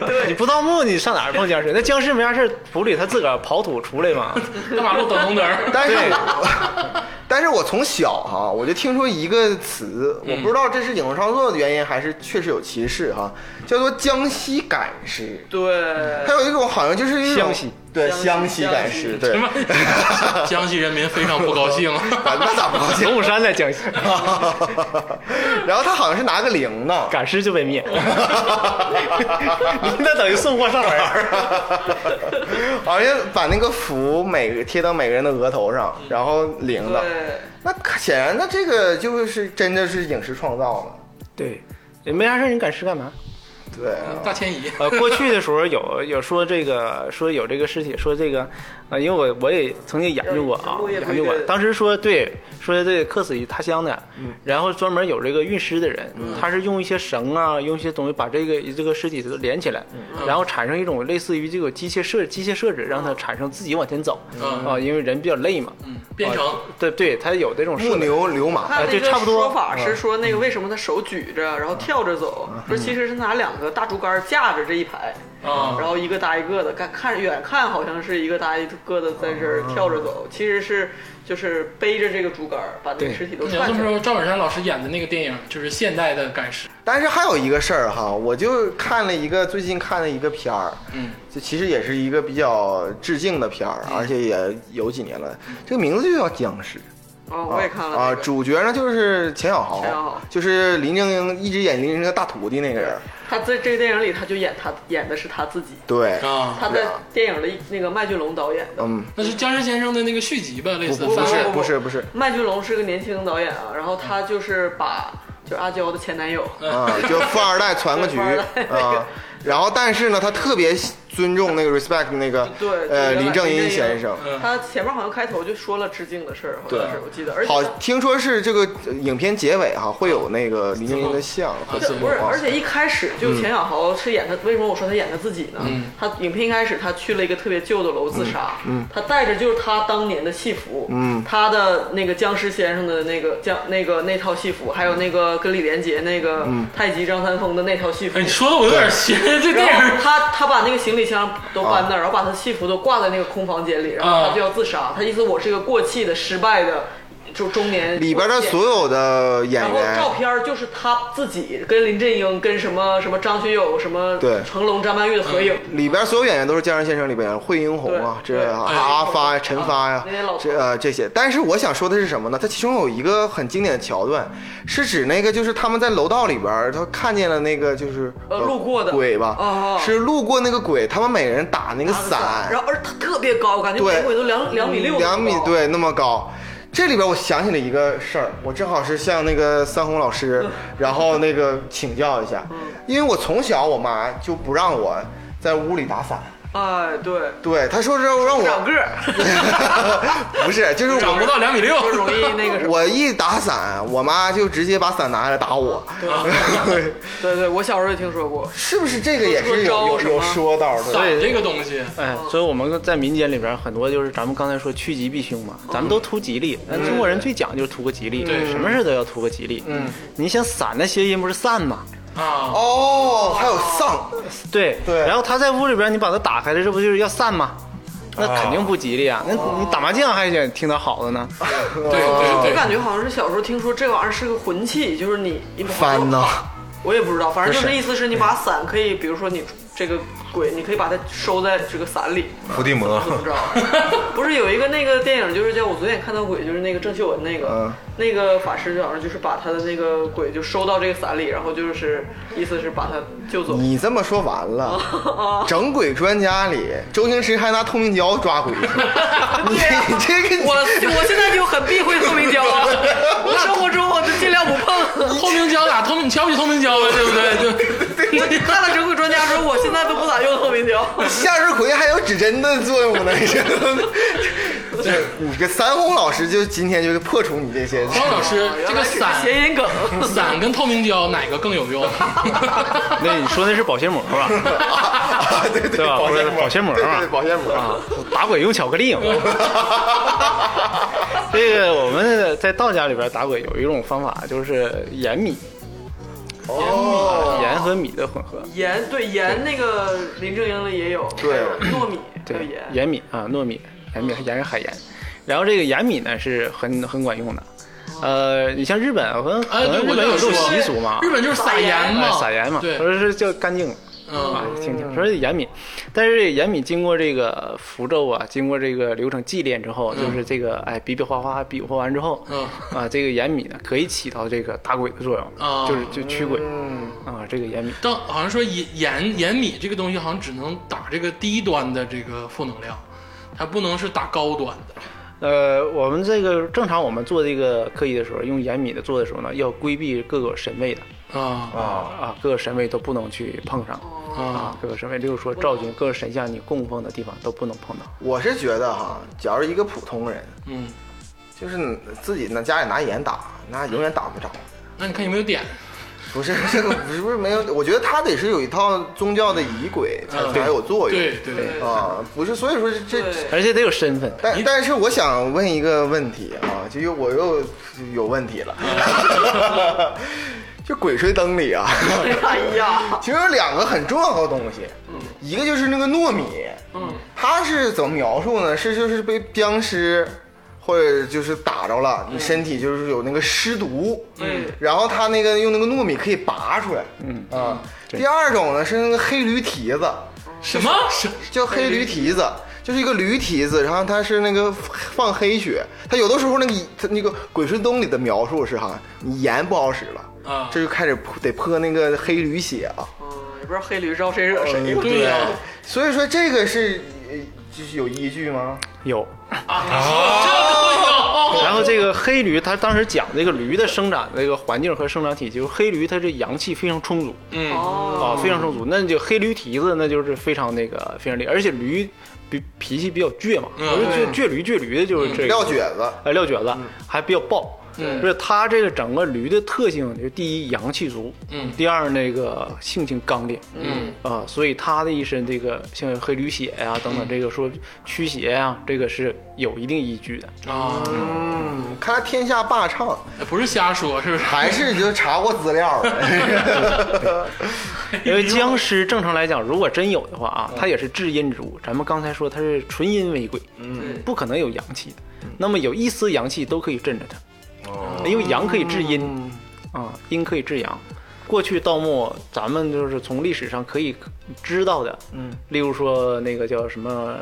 这你不盗墓你上哪儿碰僵尸？那僵尸没啥事儿土里他自个儿刨土出来嘛， 大马路等红灯儿但是对我，但是我从小哈、我就听说一个词，我不知道这是影视创作的原因，还是确实有歧视哈、叫做江西赶尸。 对还，有一种好像就是一种湘西对湘西湘西赶尸，对什，么？江西人民非常不高兴。咱那咋不高兴？龙虎山在江西，然后他好像是拿个铃铛，赶尸就被灭， 那等于送货上门 儿。好像把那个符每个贴到每个人的额头上，然后铃铛。对，那显然，那这个就是真的是影视创造了，对，也没啥事儿，你赶尸干嘛？对啊，嗯大迁移，哦呃，过去的时候有有说这个说有这个尸体，说这个啊，因为我我也曾经研究过啊，落叶归研究过根。当时说对，说对，客死于他乡的，然后专门有这个运尸的人，他是用一些绳啊，用一些东西把这个这个尸体都连起来，然后产生一种类似于这个机械设机械设置，让它产生自己往前走嗯啊，因为人比较累嘛。嗯，编程啊对对，他有这种设木备牛流马，看那对个差不多说法嗯是说那个为什么他手举着，然后跳着走，说其实是拿两个大竹竿架着这一排，啊，然后一个搭一个的，看看远看好像是一个搭一个的在这儿跳着走，其实是就是背着这个竹竿儿把那个尸体都你要串这起么来。说，赵本山老师演的那个电影就是现代的赶尸，但是还有一个事儿哈，我就看了一个最近看了一个片儿，嗯，这其实也是一个比较致敬的片儿，嗯而且也有几年了。这个名字就叫《僵尸》哦，啊，我也看了啊，那个主角呢就是钱小豪，钱小豪就是林正英一直演林正英的大徒弟那个人，他在这个电影里，他就演他演的是他自己，对，啊，他在电影的一那个麦浚龙导演的。嗯，那是僵尸先生的那个续集吧，类不似不不番是外。不是不是，麦浚龙是个年轻导演啊，然后他就是把就是阿娇的前男友，嗯啊，就富二代传个 局富二代那个啊。然后，但是呢，他特别尊重那个 respect 那个 对，呃就林原来正英英先生，嗯他前面好像开头就说了致敬的事儿，好像是对我记得，而且好他，听说是这个呃影片结尾哈、会有那个林正英的像，啊会是不是，而且一开始就嗯钱小豪是演他，为什么我说他演他自己呢？他影片一开始他去了一个特别旧的楼嗯自杀，他带着就是他当年的戏服，嗯他的那个僵尸先生的那个僵那个那套戏服，还有那个跟李连杰那个太极张三丰的那套戏嗯服。哎，你说的我有点邪，这电然后影他他把那个行李箱都搬那儿，然后把他的戏服都挂在那个空房间里，然后啊他就要自杀。他意思我是一个过气的、失败的，就中年里边的过气所有的演然后员照片儿就是他自己跟林正英、跟什么什么张学友、什么对嗯成龙、张曼玉的合影。里边所有演员都是《江山先生》里边惠英红啊，对这对啊对阿发呀、陈发呀那些老头，这呃这些。但是我想说的是什么呢？它其中有一个很经典的桥段，是指那个就是他们在楼道里边儿，他看见了那个就是呃路过的鬼吧，哦哦是路过那个鬼，他们每人打那个伞，然后而他特别高，感觉对每回都两两米六，嗯两米，对那么高。这里边我想起了一个事儿，我正好是向那个三红老师，然后那个请教一下，因为我从小我妈就不让我在屋里打伞。哎，对，对，他说是让我长个儿， 不是，就是长不我到两米六，就容易那个什么。我一打伞，我妈就直接把伞拿下来打我，对对，我小时候也听说过， 是不是这个也是有有有说道的？伞这个东西，啊哎，所以我们在民间里边很多就是咱们刚才说趋吉避凶嘛，咱们都图吉利。嗯但中国人最讲究图个吉利，对什么事都要图个吉利。嗯，你想伞的谐音不是散嘛？啊，哦，还有丧，对对然后他在屋里边，你把它打开了，这不就是要散吗？那肯定不吉利哦啊！那你打麻将还想听点好的呢？对对哦我对，感觉好像是小时候听说这玩意儿是个魂器，就是你你把它翻呐，我也不知道，反正就不是是意思是你把伞可以，比如说你这个鬼，你可以把它收在这个伞里，伏地魔不 知道，不是有一个那个电影，就是叫我昨天也看到鬼，就是那个郑秀文那个、嗯那个法师，好像就是把他的那个鬼就收到这个伞里，然后就是意思是把他救走。你这么说完了，整鬼专家里，周星驰还拿透明胶抓鬼，你这我个我现在就很避讳透明胶 啊，我生活中我就尽量不碰。透明胶打透明，你瞧不起透明胶了，对不对？对。我看了《整鬼专家》之后，我现在都不咋用透明胶。向日葵还有指针的作用呢，是吧这你这三红老师就今天就破除你这些，方老哦师，这个伞谐音梗，伞跟透明胶哪个更有用？呃那你说那是保鲜膜吧？啊 对对 对吧保鲜膜，保鲜膜啊对对保鲜膜啊，打鬼用巧克 力吗？这个我们在道家里边打鬼有一种方法，就是盐米，哦，盐和米的混合。盐对盐那个林正英的也有，对还有糯米还有对，盐。盐米啊，糯米，盐米盐是海盐，然后这个盐米呢是很很管用的，呃，你像日本，好像好哎，像对，日我本有就这说种习俗嘛，日本就是撒盐哎嘛，撒盐嘛，对，说是叫干净啊嗯，，听听，说是盐米，但是这盐米经过这个符咒啊，经过这个流程祭炼之后，就是这个哎比比划划比划完之后，嗯啊，这个盐米呢可以起到这个打鬼的作啊嗯用，就是就驱鬼啊，这个盐米。但好像说盐盐盐米这个东西好像只能打这个低端的这个负能量，它不能是打高端的。呃，我们这个正常我们做这个科仪的时候，用盐米的做的时候呢，要规避各个神位的啊啊，啊，各个神位都不能去碰上。啊，各个神位，例如说赵军各个神像你供奉的地方都不能碰到。我是觉得哈，假如一个普通人，嗯，就是自己呢家里拿盐打，那永远打不着。那你看有没有点？不是 不是不是不是没有，我觉得他得是有一套宗教的仪轨才、嗯才有作用。对对对，啊，不是，所以说这对而且得有身份，但但是我想问一个问题啊，就又我又有问题了，嗯 就《鬼吹灯》里啊， 哎呀，其实有两个很重要的东西，一个就是那个糯米，嗯，它是怎么描述呢？是就是被僵尸或者就是打着了，你身体就是有那个尸毒，嗯，然后它那个用那个糯米可以拔出来，嗯啊。第二种呢是那个黑驴蹄子，什么什叫黑驴蹄子，就是一个驴蹄子，然后它是那个放黑血，它有的时候那个它那个《鬼吹灯》里的描述是哈，你盐不好使了，啊？这就开始泼得泼那个黑驴血了。嗯嗯，也不知道黑驴啊招谁惹哎谁了。对啊呀，啊所以说这个是呃就是有依据吗？有。这然后这个黑驴，它当时讲这个驴的生长这个环境和生长体，就是黑驴它这阳气非常充足，哦，啊，非常充足。那就黑驴蹄子，那就是非常那个非常厉害，而且驴比脾气比较倔嘛，我说倔倔驴倔驴的就是这个撂蹶子，呃，撂蹶子还比较暴。就是它这个整个驴的特性，就是第一阳气足，嗯第二那个性情刚烈，嗯啊、所以它的一身这个像黑驴血呀、等等，这个说驱邪呀、这个是有一定依据 的。个啊，哎嗯，看来天下霸唱不是瞎说，是不是？还是就查过资料 的。因为僵尸正常来讲，如果真有的话啊，它也是至阴之物。咱们刚才说它是纯阴为贵，嗯，不可能有阳气的。那么有一丝阳气都可以镇着哦它，因为阳可以制阴，啊，阴可以制阳。过去盗墓，咱们就是从历史上可以知道的，嗯，例如说那个叫什么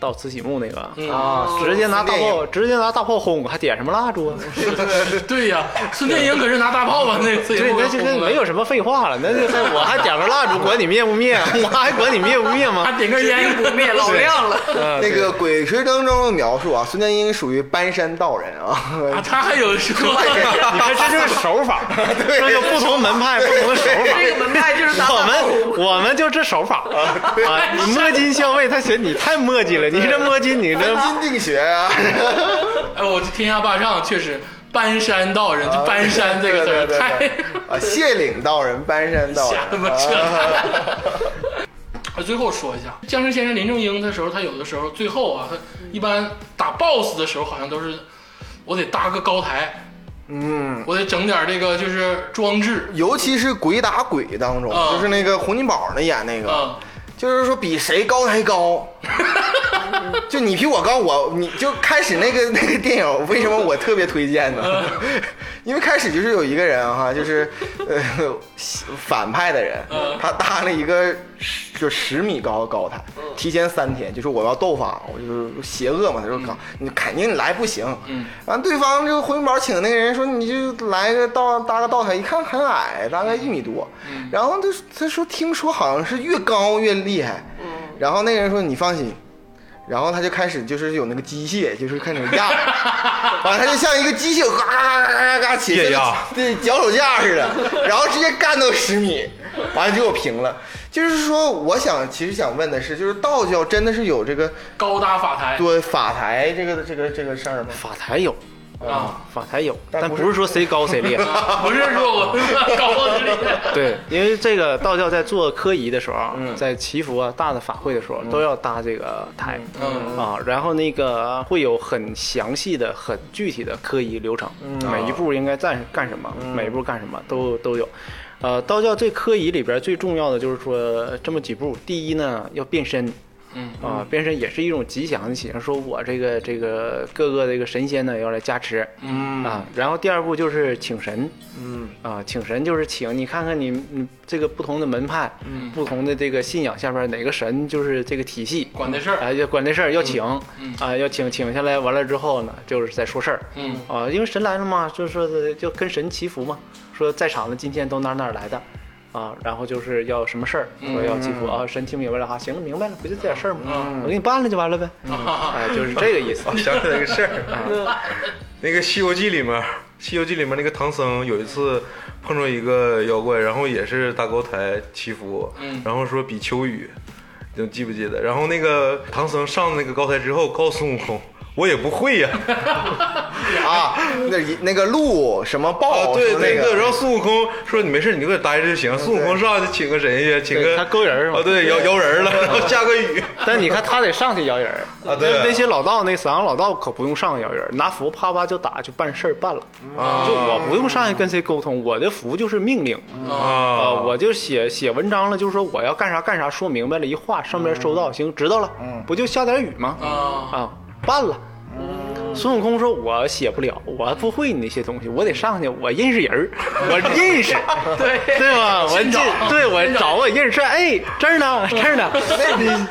盗慈禧墓那个，啊直接拿大电炮，影直接拿大炮轰，还点什么蜡烛啊？ 对呀，孙殿英可是拿大炮吧？那次也对，不那就跟没有什么废话了，那就那我还点个蜡烛，管你灭不灭？啊 我还管你灭不灭 吗？还点根烟不灭老亮了，那个《鬼吹灯》中的描述啊，孙殿英属于搬山道人啊，啊， 他还有说，你看这就是手法，这就不同门派不同的手 这个门派就是打法。我打们我们就这手法 啊！你摸金校尉，他嫌你太墨迹了，你这摸金，你这金定学啊，哎，我这天下霸唱确实搬山道人，就搬山这个字对对儿啊对太对啊，谢岭道人、搬山道瞎他人妈 扯啊，淡。 我最后说一下，僵尸先生林正英的时候，他有的时候最后啊，他一般打 BOSS 的时候，好像都是我得搭个高台，嗯。我得整点这个就是装置尤其是鬼打鬼当中，啊就是那个洪金宝那演那个，啊，就是说比谁高还高， 就你比我高，我你就开始那个那 个电影，为什么我特别推荐呢？ 因为开始就是有一个人哈，就是呃反派的人，他搭了一个十就十米高的高台，提前三天，就说我要斗法，我就是邪恶嘛，他说你肯定来不行，完对方这个洪金宝请的那个人说你就来个道搭个道台，一看很矮，大概一米多，然后他他说听说好像是越高越厉害，然后那个人说你放心。然后他就开始就是有那个机械，就是开始压，完了他就像一个机械，嘎嘎嘎嘎嘎起，液压对，脚手架似的，然后直接干到十米，完了就给我平了。就是说，我想其实想问的是，就是道教真的是有这个高搭法台对法台这个这个这个事儿吗？法台有，啊，法台有，但但不不是是说谁高谁厉害。不是说我 高这里，对， 因为这个道教在做科仪的时候，嗯在祈福啊、大的法会的时候，都要搭这个台，嗯啊，然后那个会有很详细的、很具体的科仪流程，嗯每啊一步应该干干什么，每一步干什么都都有。呃，道教这科仪里边最重要的就是说这么几步，第一呢要变身。嗯啊，变身也是一种吉祥的体现，说我这个这个各个这个神仙呢要来加持，嗯啊，然后第二步就是请神，嗯啊，请神就是请你看看你你这个不同的门派，嗯，不同的这个信仰下边哪个神就是这个体系，管这事儿，哎，要管这事儿要请，嗯啊，要请请下来，完了之后呢，就是在说事儿，嗯啊，因为神来了嘛，就是说的就跟神祈福嘛，说在场的今天都哪儿哪儿来的。啊，然后就是要什么事儿，嗯说要祈福、啊，神听明白了哈，行，明白了，不就这点事儿吗？嗯我给你办了就完了 呗，哎，就是这个意思。 我想起来一个事儿，那个《西游记》里面《西游记》里面那个唐僧有一次碰着一个妖怪，然后也是大高台祈福，然后说比丘语，你记不记得？然后那个唐僧上那个高台之后，告诉孙悟空，我也不会呀、啊，那一那个鹿什么哦啊，豹，对什么那对，然后孙悟空说你没事，你就给我待着就行。孙悟空上去请个神仙，请对个他勾人儿嘛啊，对，摇摇人儿了，然后 下 个雨，但你看他得上去摇人儿啊对啊那那些老道那散王老道可不用上去摇人儿，拿符啪啪就打就办事儿办了。就我不用上去跟谁沟通，我的符就是命令呃啊我就写写文章了，就是说我要干啥干啥，说明白了，一画上边收到，行，知道了，嗯不就下点雨吗？啊啊，办了。孙悟空说：“我写不了，我不会你那些东西，我得上去，我认识人 儿，我认识，对对吧？我先找这对我找我认识，哎，这儿呢，这儿 呢，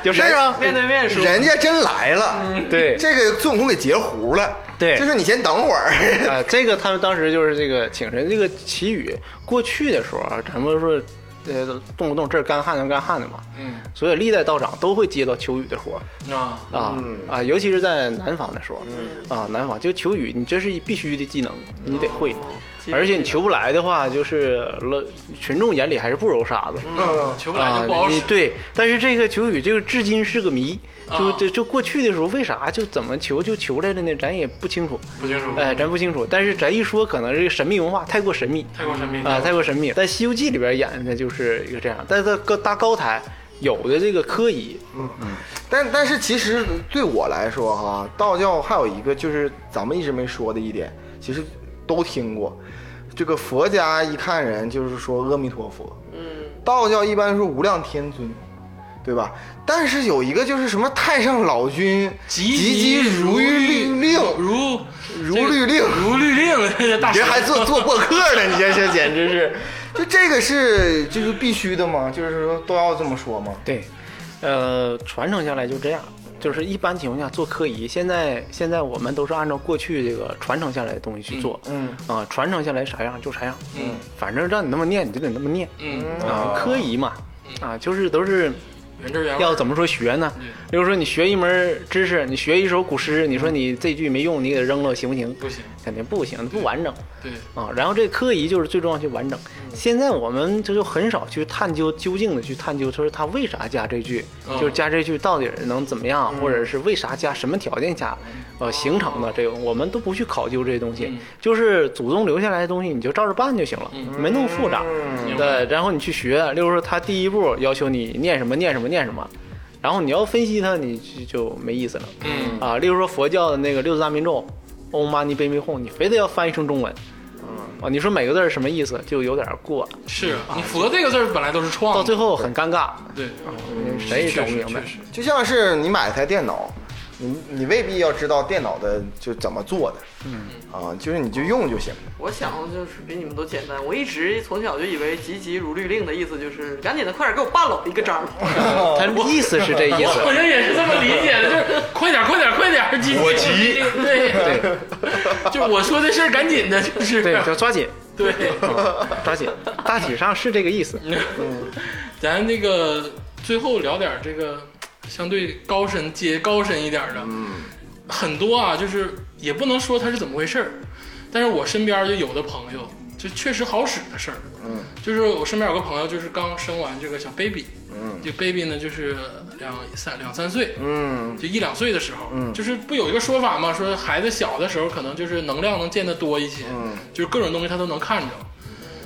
有事儿啊吗？面对面说，人家真来了，对，这个孙悟空给截胡了，对就是你先等会儿，啊，这个他们当时就是这个请神，这个祈雨过去的时候啊，咱们说，呃，动不动这儿干旱那儿干旱的嘛，嗯所以历代道长都会接到求雨的活儿啊啊、啊，尤其是在南方的时候，嗯啊，南方就求雨，你这是必须的技能，你哦得会。而且你求不来的话，就是了，群众眼里还是不揉沙子。求不嗯来啊就不好，你使。对，但是这个求雨这个至今是个谜，就啊就就过去的时候为啥就怎么求就求来了呢？咱也不清楚，不清楚哎，咱不清楚。但是咱一说，可能这个神秘文化太过神秘，太过神秘啊，太过神秘。在《西游记》里边演的就是一个这样，但是在高搭高台有的这个科仪，但但是其实对我来说哈，道教还有一个就是咱们一直没说的一点，其实都听过。这个佛家一看人就是说阿弥陀佛，嗯，道教一般说无量天尊，对吧？但是有一个就是什么太上老君急急如律令，如如这个 律令如律令，这个大人神还做做过客呢，你这是简直是，就这个是就是必须的吗？就是说都要这么说吗？对，呃，传承下来就这样。就是一般情况下做科仪，现在现在我们都是按照过去这个传承下来的东西去做，嗯啊、传承下来啥样就啥样，嗯，反正让你那么念你就得那么念，嗯啊，科仪嘛，啊，就是都是原汁原味要怎么说学呢？比如说你学一门知识，你学一首古诗，你说你这句没用，你给它扔了行不行？不行，肯定不行，不完整对啊。然后这科仪就是最重要去完整。嗯现在我们这就很少去探究究竟的去探究，说他为啥加这句，嗯就是加这句到底能怎么样，或者是为啥加什么条件下，呃形成的这个，我们都不去考究这些东西嗯，就是祖宗留下来的东西，你就照着办就行了，没那么复杂。嗯明白对，然后你去学，例如说他第一步要求你念什么念什么念什么，然后你要分析它，你就就没意思了。嗯啊，例如说佛教的那个六字大明咒，Om Mani p a m e Hum，你非得要翻译成中文。嗯啊，你说每个字儿什么意思，就有点过了，是啊你佛这个字儿本来都是创的，到最后很尴尬，对，哦谁也整嗯确不实明白确。实就像是你买一台电脑，你你未必要知道电脑的就怎么做的，嗯啊，就是你就用就行。 我想的就是比你们都简单。我一直从小就以为“急急如律令”的意思就是赶紧的，快点给我办了一个章。他意思是这意我好 思，像也是这么理解的，就是快点，快点，快点，急我急，对对， 就是我说的事儿赶紧的，就是对，就抓紧，对 抓紧，大体上是这个意思。嗯咱那个最后聊点儿这个相对高深、接高深一点儿的，嗯，很多啊，就是也不能说它是怎么回事儿，但是我身边就有的朋友，就确实好使的事儿，嗯，就是我身边有个朋友，就是刚生完这个小 baby，嗯，这 baby 呢就是两三两三岁，嗯就一两岁的时候，就是不有一个说法嘛，说孩子小的时候可能就是能量能见得多一些，就是各种东西他都能看着。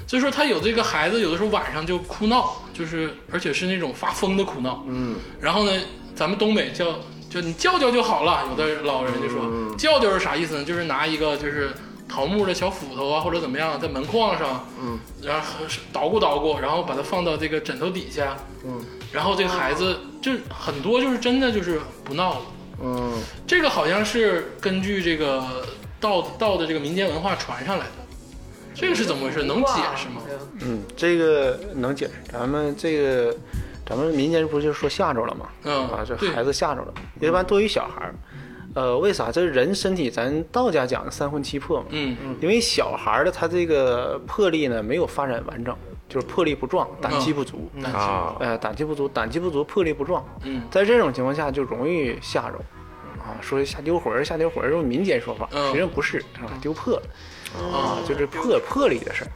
所以说他有这个孩子，有的时候晚上就哭闹，就是而且是那种发疯的哭闹。嗯，然后呢，咱们东北叫就你叫叫就好了，有的老人就说、叫叫是啥意思呢？就是拿一个就是桃木的小斧头啊，或者怎么样，在门框上，嗯，然后捣鼓捣鼓，然后把它放到这个枕头底下，嗯，然后这个孩子就很多就是真的就是不闹了。嗯，这个好像是根据这个道道的这个民间文化传上来的，这个是怎么回事？能解释吗？嗯，这个能解释。咱们这个，咱们民间不是就说吓着了吗？嗯啊，这对孩子吓着了，一般多于小孩儿。呃，为啥？这人身体，咱道家讲的三魂七魄嘛。嗯因为小孩儿的他这个魄力呢没有发展完整，就是魄力不壮，胆气不足。哎嗯啊呃，胆气不足，胆气不足，魄力不壮。嗯在这种情况下就容易吓着。啊，说下丢魂儿，下丢魂儿这种民间说法，嗯实际上不是啊，丢破了啊，就是破破了一个事儿。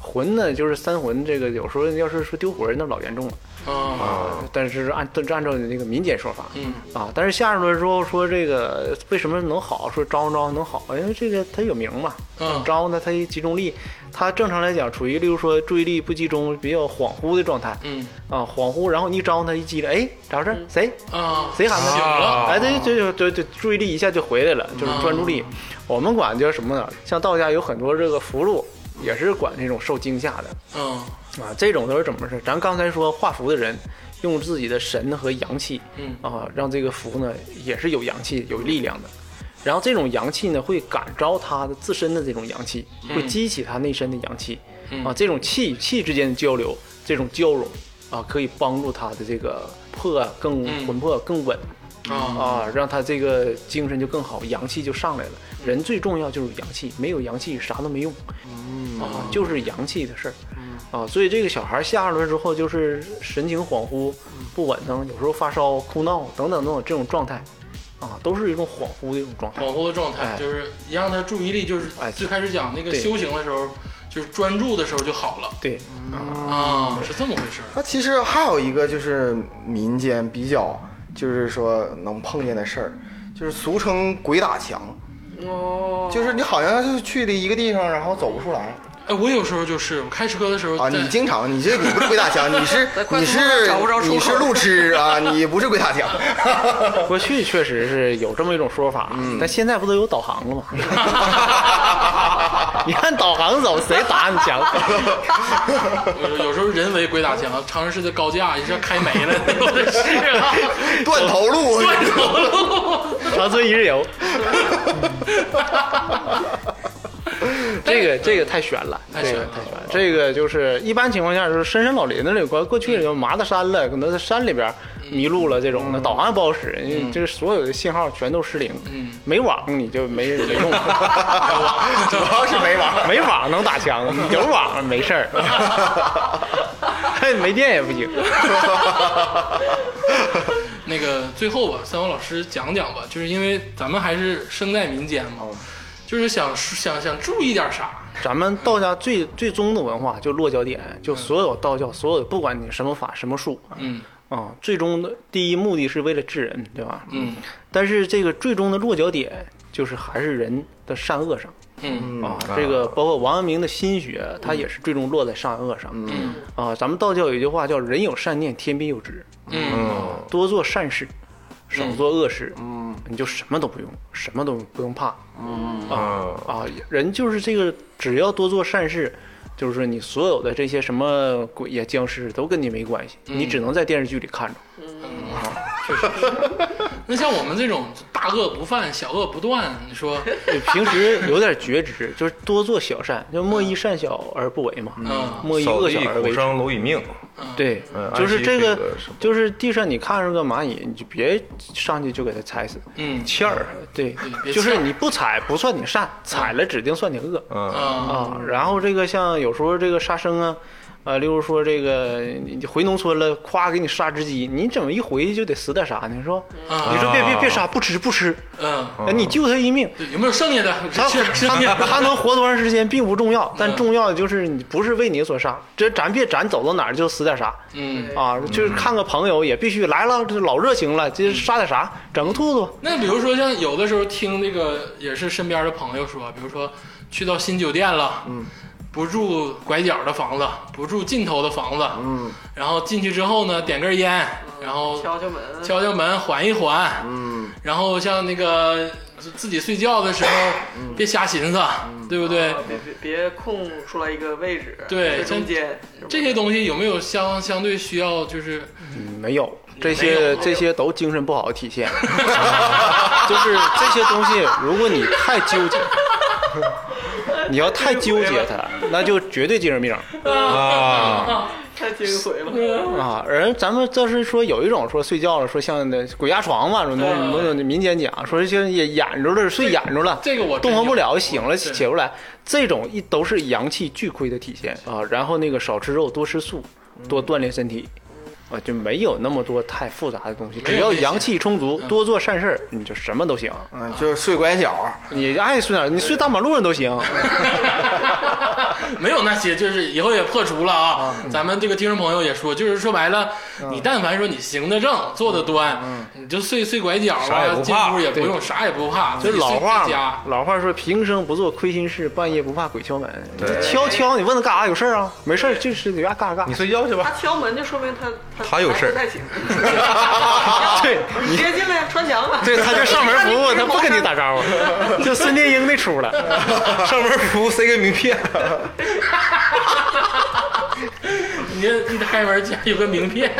魂呢，就是三魂，这个有时候要是说丢魂儿，那老严重了。啊，啊，但是按按按照你那个民间说法，嗯啊，但是下出来之后说这个为什么能好，说招招能好，因为这个它有名嘛，嗯招呢它一集中力，它正常来讲处于例如说注意力不集中、比较恍惚的状态，嗯啊恍惚，然后你一招它一激灵，哎咋回事？谁啊，谁喊的？醒了哎，对对对对对，注意力一下就回来了，嗯就是专注力。我们管叫什么呢？像道家有很多这个符箓，也是管这种受惊吓的。嗯啊，这种都是怎么回事？咱刚才说画符的人，用自己的神和阳气，嗯啊，让这个符呢也是有阳气、有力量的。然后这种阳气呢，会感召他的自身的这种阳气，嗯会激起他内身的阳气，啊，这种气与气之间的交流，这种交融，啊，可以帮助他的这个魄啊更嗯魂魄更稳，啊啊，让他这个精神就更好，阳气就上来了。人最重要就是阳气，没有阳气啥都没用，啊，就是阳气的事儿，啊，所以这个小孩下了之后就是神情恍惚、不稳当，有时候发烧、哭闹等等等等这种状态，啊，都是一种恍惚的一种状态恍。惚的状态，哎就是让他注意力，就是哎最开始讲那个对修行的时候，就是专注的时候就好了对，啊，是这么回事儿。那其实还有一个就是民间比较就是说能碰见的事儿，就是俗称鬼打墙，哦，就是你好像是去了一个地方，然后走不出来哎，我有时候就是我开车的时候啊。在你经常你这你不是鬼打 墙，你是快你速路上是找不着出口你是路痴啊，你不是鬼打 墙。过去确实是有这么一种说法，但现在不都有导航了吗？ 你按导航走，谁打你强？ 有有时候人为鬼打墙，长安市的高架一下开没了，有的 是啊，断头路，断头路。长春一日游。 这个这个太悬了，太这悬个了太悬了。这个就是一般情况下就是深山老林子里，过过去有麻子山了，可能在山里边迷路了这种的，导航也不好使，因为就是所有的信号全都失灵，嗯没网你就没没 用，主要是没网。没网能打枪，有网没事儿， 嘿没电也不行。 那个最后吧，三王老师讲讲吧，就是因为咱们还是生在民间嘛，就是想想想注意点啥，咱们道家最最终的文化就落脚点，就所有道教所有不管你什么法什么术，嗯啊，最终的第一目的是为了治人，对吧？嗯。但是这个最终的落脚点就是还是人的善恶上嗯啊，这个包括王阳明的心学，他也是最终落在善恶上。嗯啊，咱们道教有一句话叫“人有善念，天必佑之”，嗯多做善事，少做恶事，嗯，你就什么都不用，什么都不用怕，嗯啊啊，人就是这个，只要多做善事，就是说你所有的这些什么鬼呀、僵尸都跟你没关系，你只能在电视剧里看着。 那像我们这种大恶不犯，小恶不断，你 说，就平时有点觉知，就是多做小善，就莫以善小而不为嘛，嗯莫以扫恶地小而苦为之。伤蝼蚁命，对嗯，就是这安息这个是就是地上你看着个蚂蚁，你就别上去就给它踩死。嗯欠儿，对别，就是呛你不踩不算你善，踩了指定算你恶嗯，啊啊。然后这个像有时候这个杀生啊，呃，例如说这个你回农村了，夸给你杀只鸡，你怎么一回去就得死点啥呢？说啊你说别别别杀，不吃不吃，嗯，哎你救他一命，对有没有剩下的？他剩剩下他他能活多长时间并不重要，但嗯重要的就是你不是为你所杀，这咱别咱走到哪儿就死点啥嗯，啊，就是看个朋友也必须来了，这老热情了，这杀点啥，整个兔子，那比如说像有的时候听这个也是身边的朋友说，比如说去到新酒店了，嗯，不住拐角的房子，不住尽头的房子，嗯，然后进去之后呢，点根烟，然后敲敲门，敲敲门缓一缓，嗯，然后像那个自己睡觉的时候，别瞎寻思，对不对？啊别别别空出来一个位置，对在中间这些东西有没有相相对需要就是嗯没有。没这有些这些都精神不好的 体现，就是这些东西，如果你太 纠结，你要太纠结它，那就绝对精神病。啊，太惊悚了。啊，人咱们这是说有一种说睡觉了，说像那鬼压床嘛，什么嗯那种民间讲，说像也眼着了，睡眼着了，这个我真动弹不有了，醒了对起不来，这种一都嗯是阳气巨亏的体现啊。然后那个少吃肉，多吃素，多锻炼身体。啊，就没有那么多太复杂的东西，只要阳气充足，嗯多做善事儿，你就什么都行。嗯，就是睡拐角，你爱睡哪儿，你睡大马路上 都行。没有那些，就是以后也破除了啊。咱们这个听众朋友也说，就是说白了，你但凡说你行得正，坐得端，你就睡睡拐角啥也啊，不进怕屋也不用，啥也不怕，这自己老睡话自家嘛，老话说平生不做亏心事，半夜不怕鬼敲门。你对敲敲，你问他干啥？有事儿啊？没事儿，就是你愿干啥干你啥。睡觉去他吧。敲门就说明他他他有事儿不太行。对，你直接进来穿墙了。对， 他就上门服务，他不跟你打招 呼，就孙殿英那出了。啊上门服务塞个 名片，你这一开门竟然有个名片。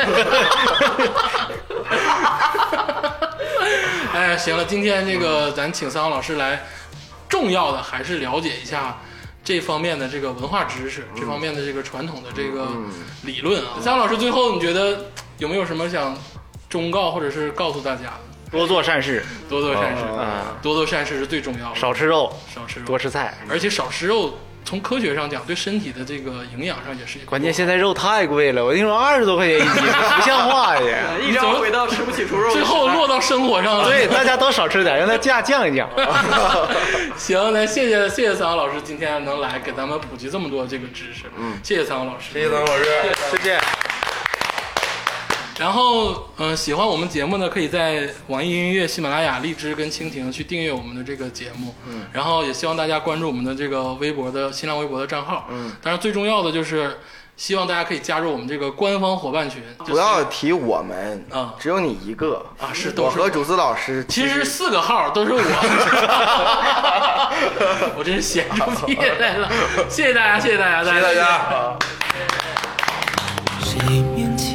哎，行了，今天这嗯个咱请桑老师来，重要的还是了解一下这方面的这个文化知识，嗯这方面的这个传统的这个理论啊。桑老师，最后你觉得有没有什么想忠告或者是告诉大家的？多做善事多做善事，啊，多做善事是最重要的，少吃肉，少吃肉，多吃菜。而且少吃肉，从科学上讲，对身体的这个营养上也是一个关键现在肉太贵了，我听说二十多块钱一斤，不像话 呀。 一张回到吃不起猪肉的时最代。后落到生活上了。对，大家都少吃点，让它价降一降。 行，那谢谢谢谢桑老师今天能来给咱们普及这么多这个知识，嗯，谢谢桑老师，谢谢张老师。谢谢。然后，嗯、喜欢我们节目呢，可以在网易音乐、喜马拉雅、荔枝跟蜻蜓去订阅我们的这个节目。嗯，然后也希望大家关注我们的这个微博的新浪微博的账号。嗯，当然最重要的就是希望大家可以加入我们这个官方伙伴群。就是不要提我们啊只有你一个啊是都我是和主子老师。其实四个号都是 我，我真是闲 出屁来了。谢谢大家，谢谢大家，谢谢大家。谁面前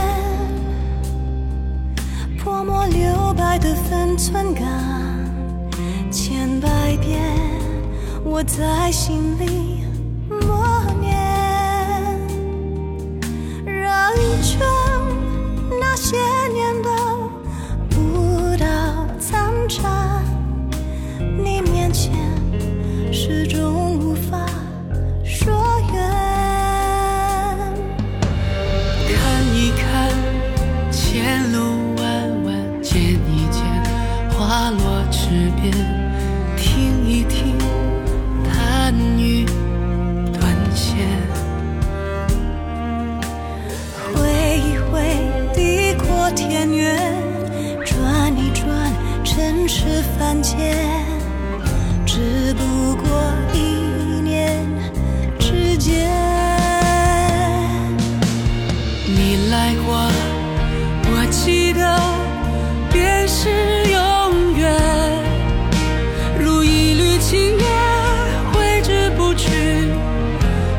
泼墨留白的分寸感，千百遍我在心里默念，绕一圈那些年的舞蹈残渣，你面前始终无法说远。看一看，前路弯弯，见一见，花落池边，听一听，弹雨断线，挥一挥，地阔天远；转一转，尘世凡间。只不过一念之间。你来过，我记得，便是永远，如一缕青烟，挥之不去，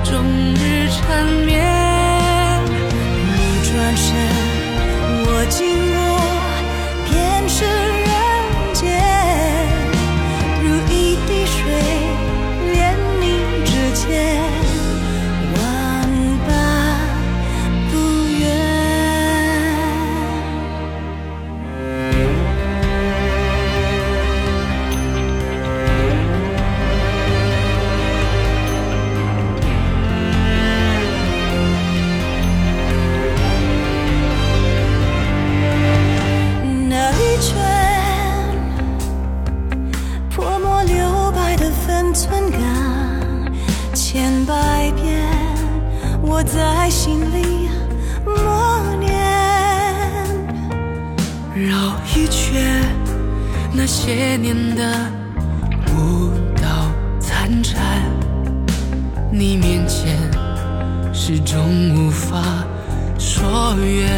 终日缠绵。你转身，我经过，便是人间。如一滴水，连你指尖，万般不愿。那一圈，泼墨留白的分寸感，千百遍我在心里默念。绕一圈那些年的舞蹈残蝉，你面前始终无法说远。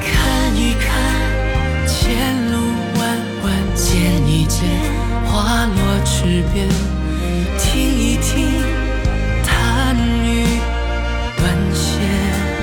看一看，前路弯弯，见一见，花落池边，听一听，弹雨断线。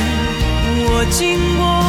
我经过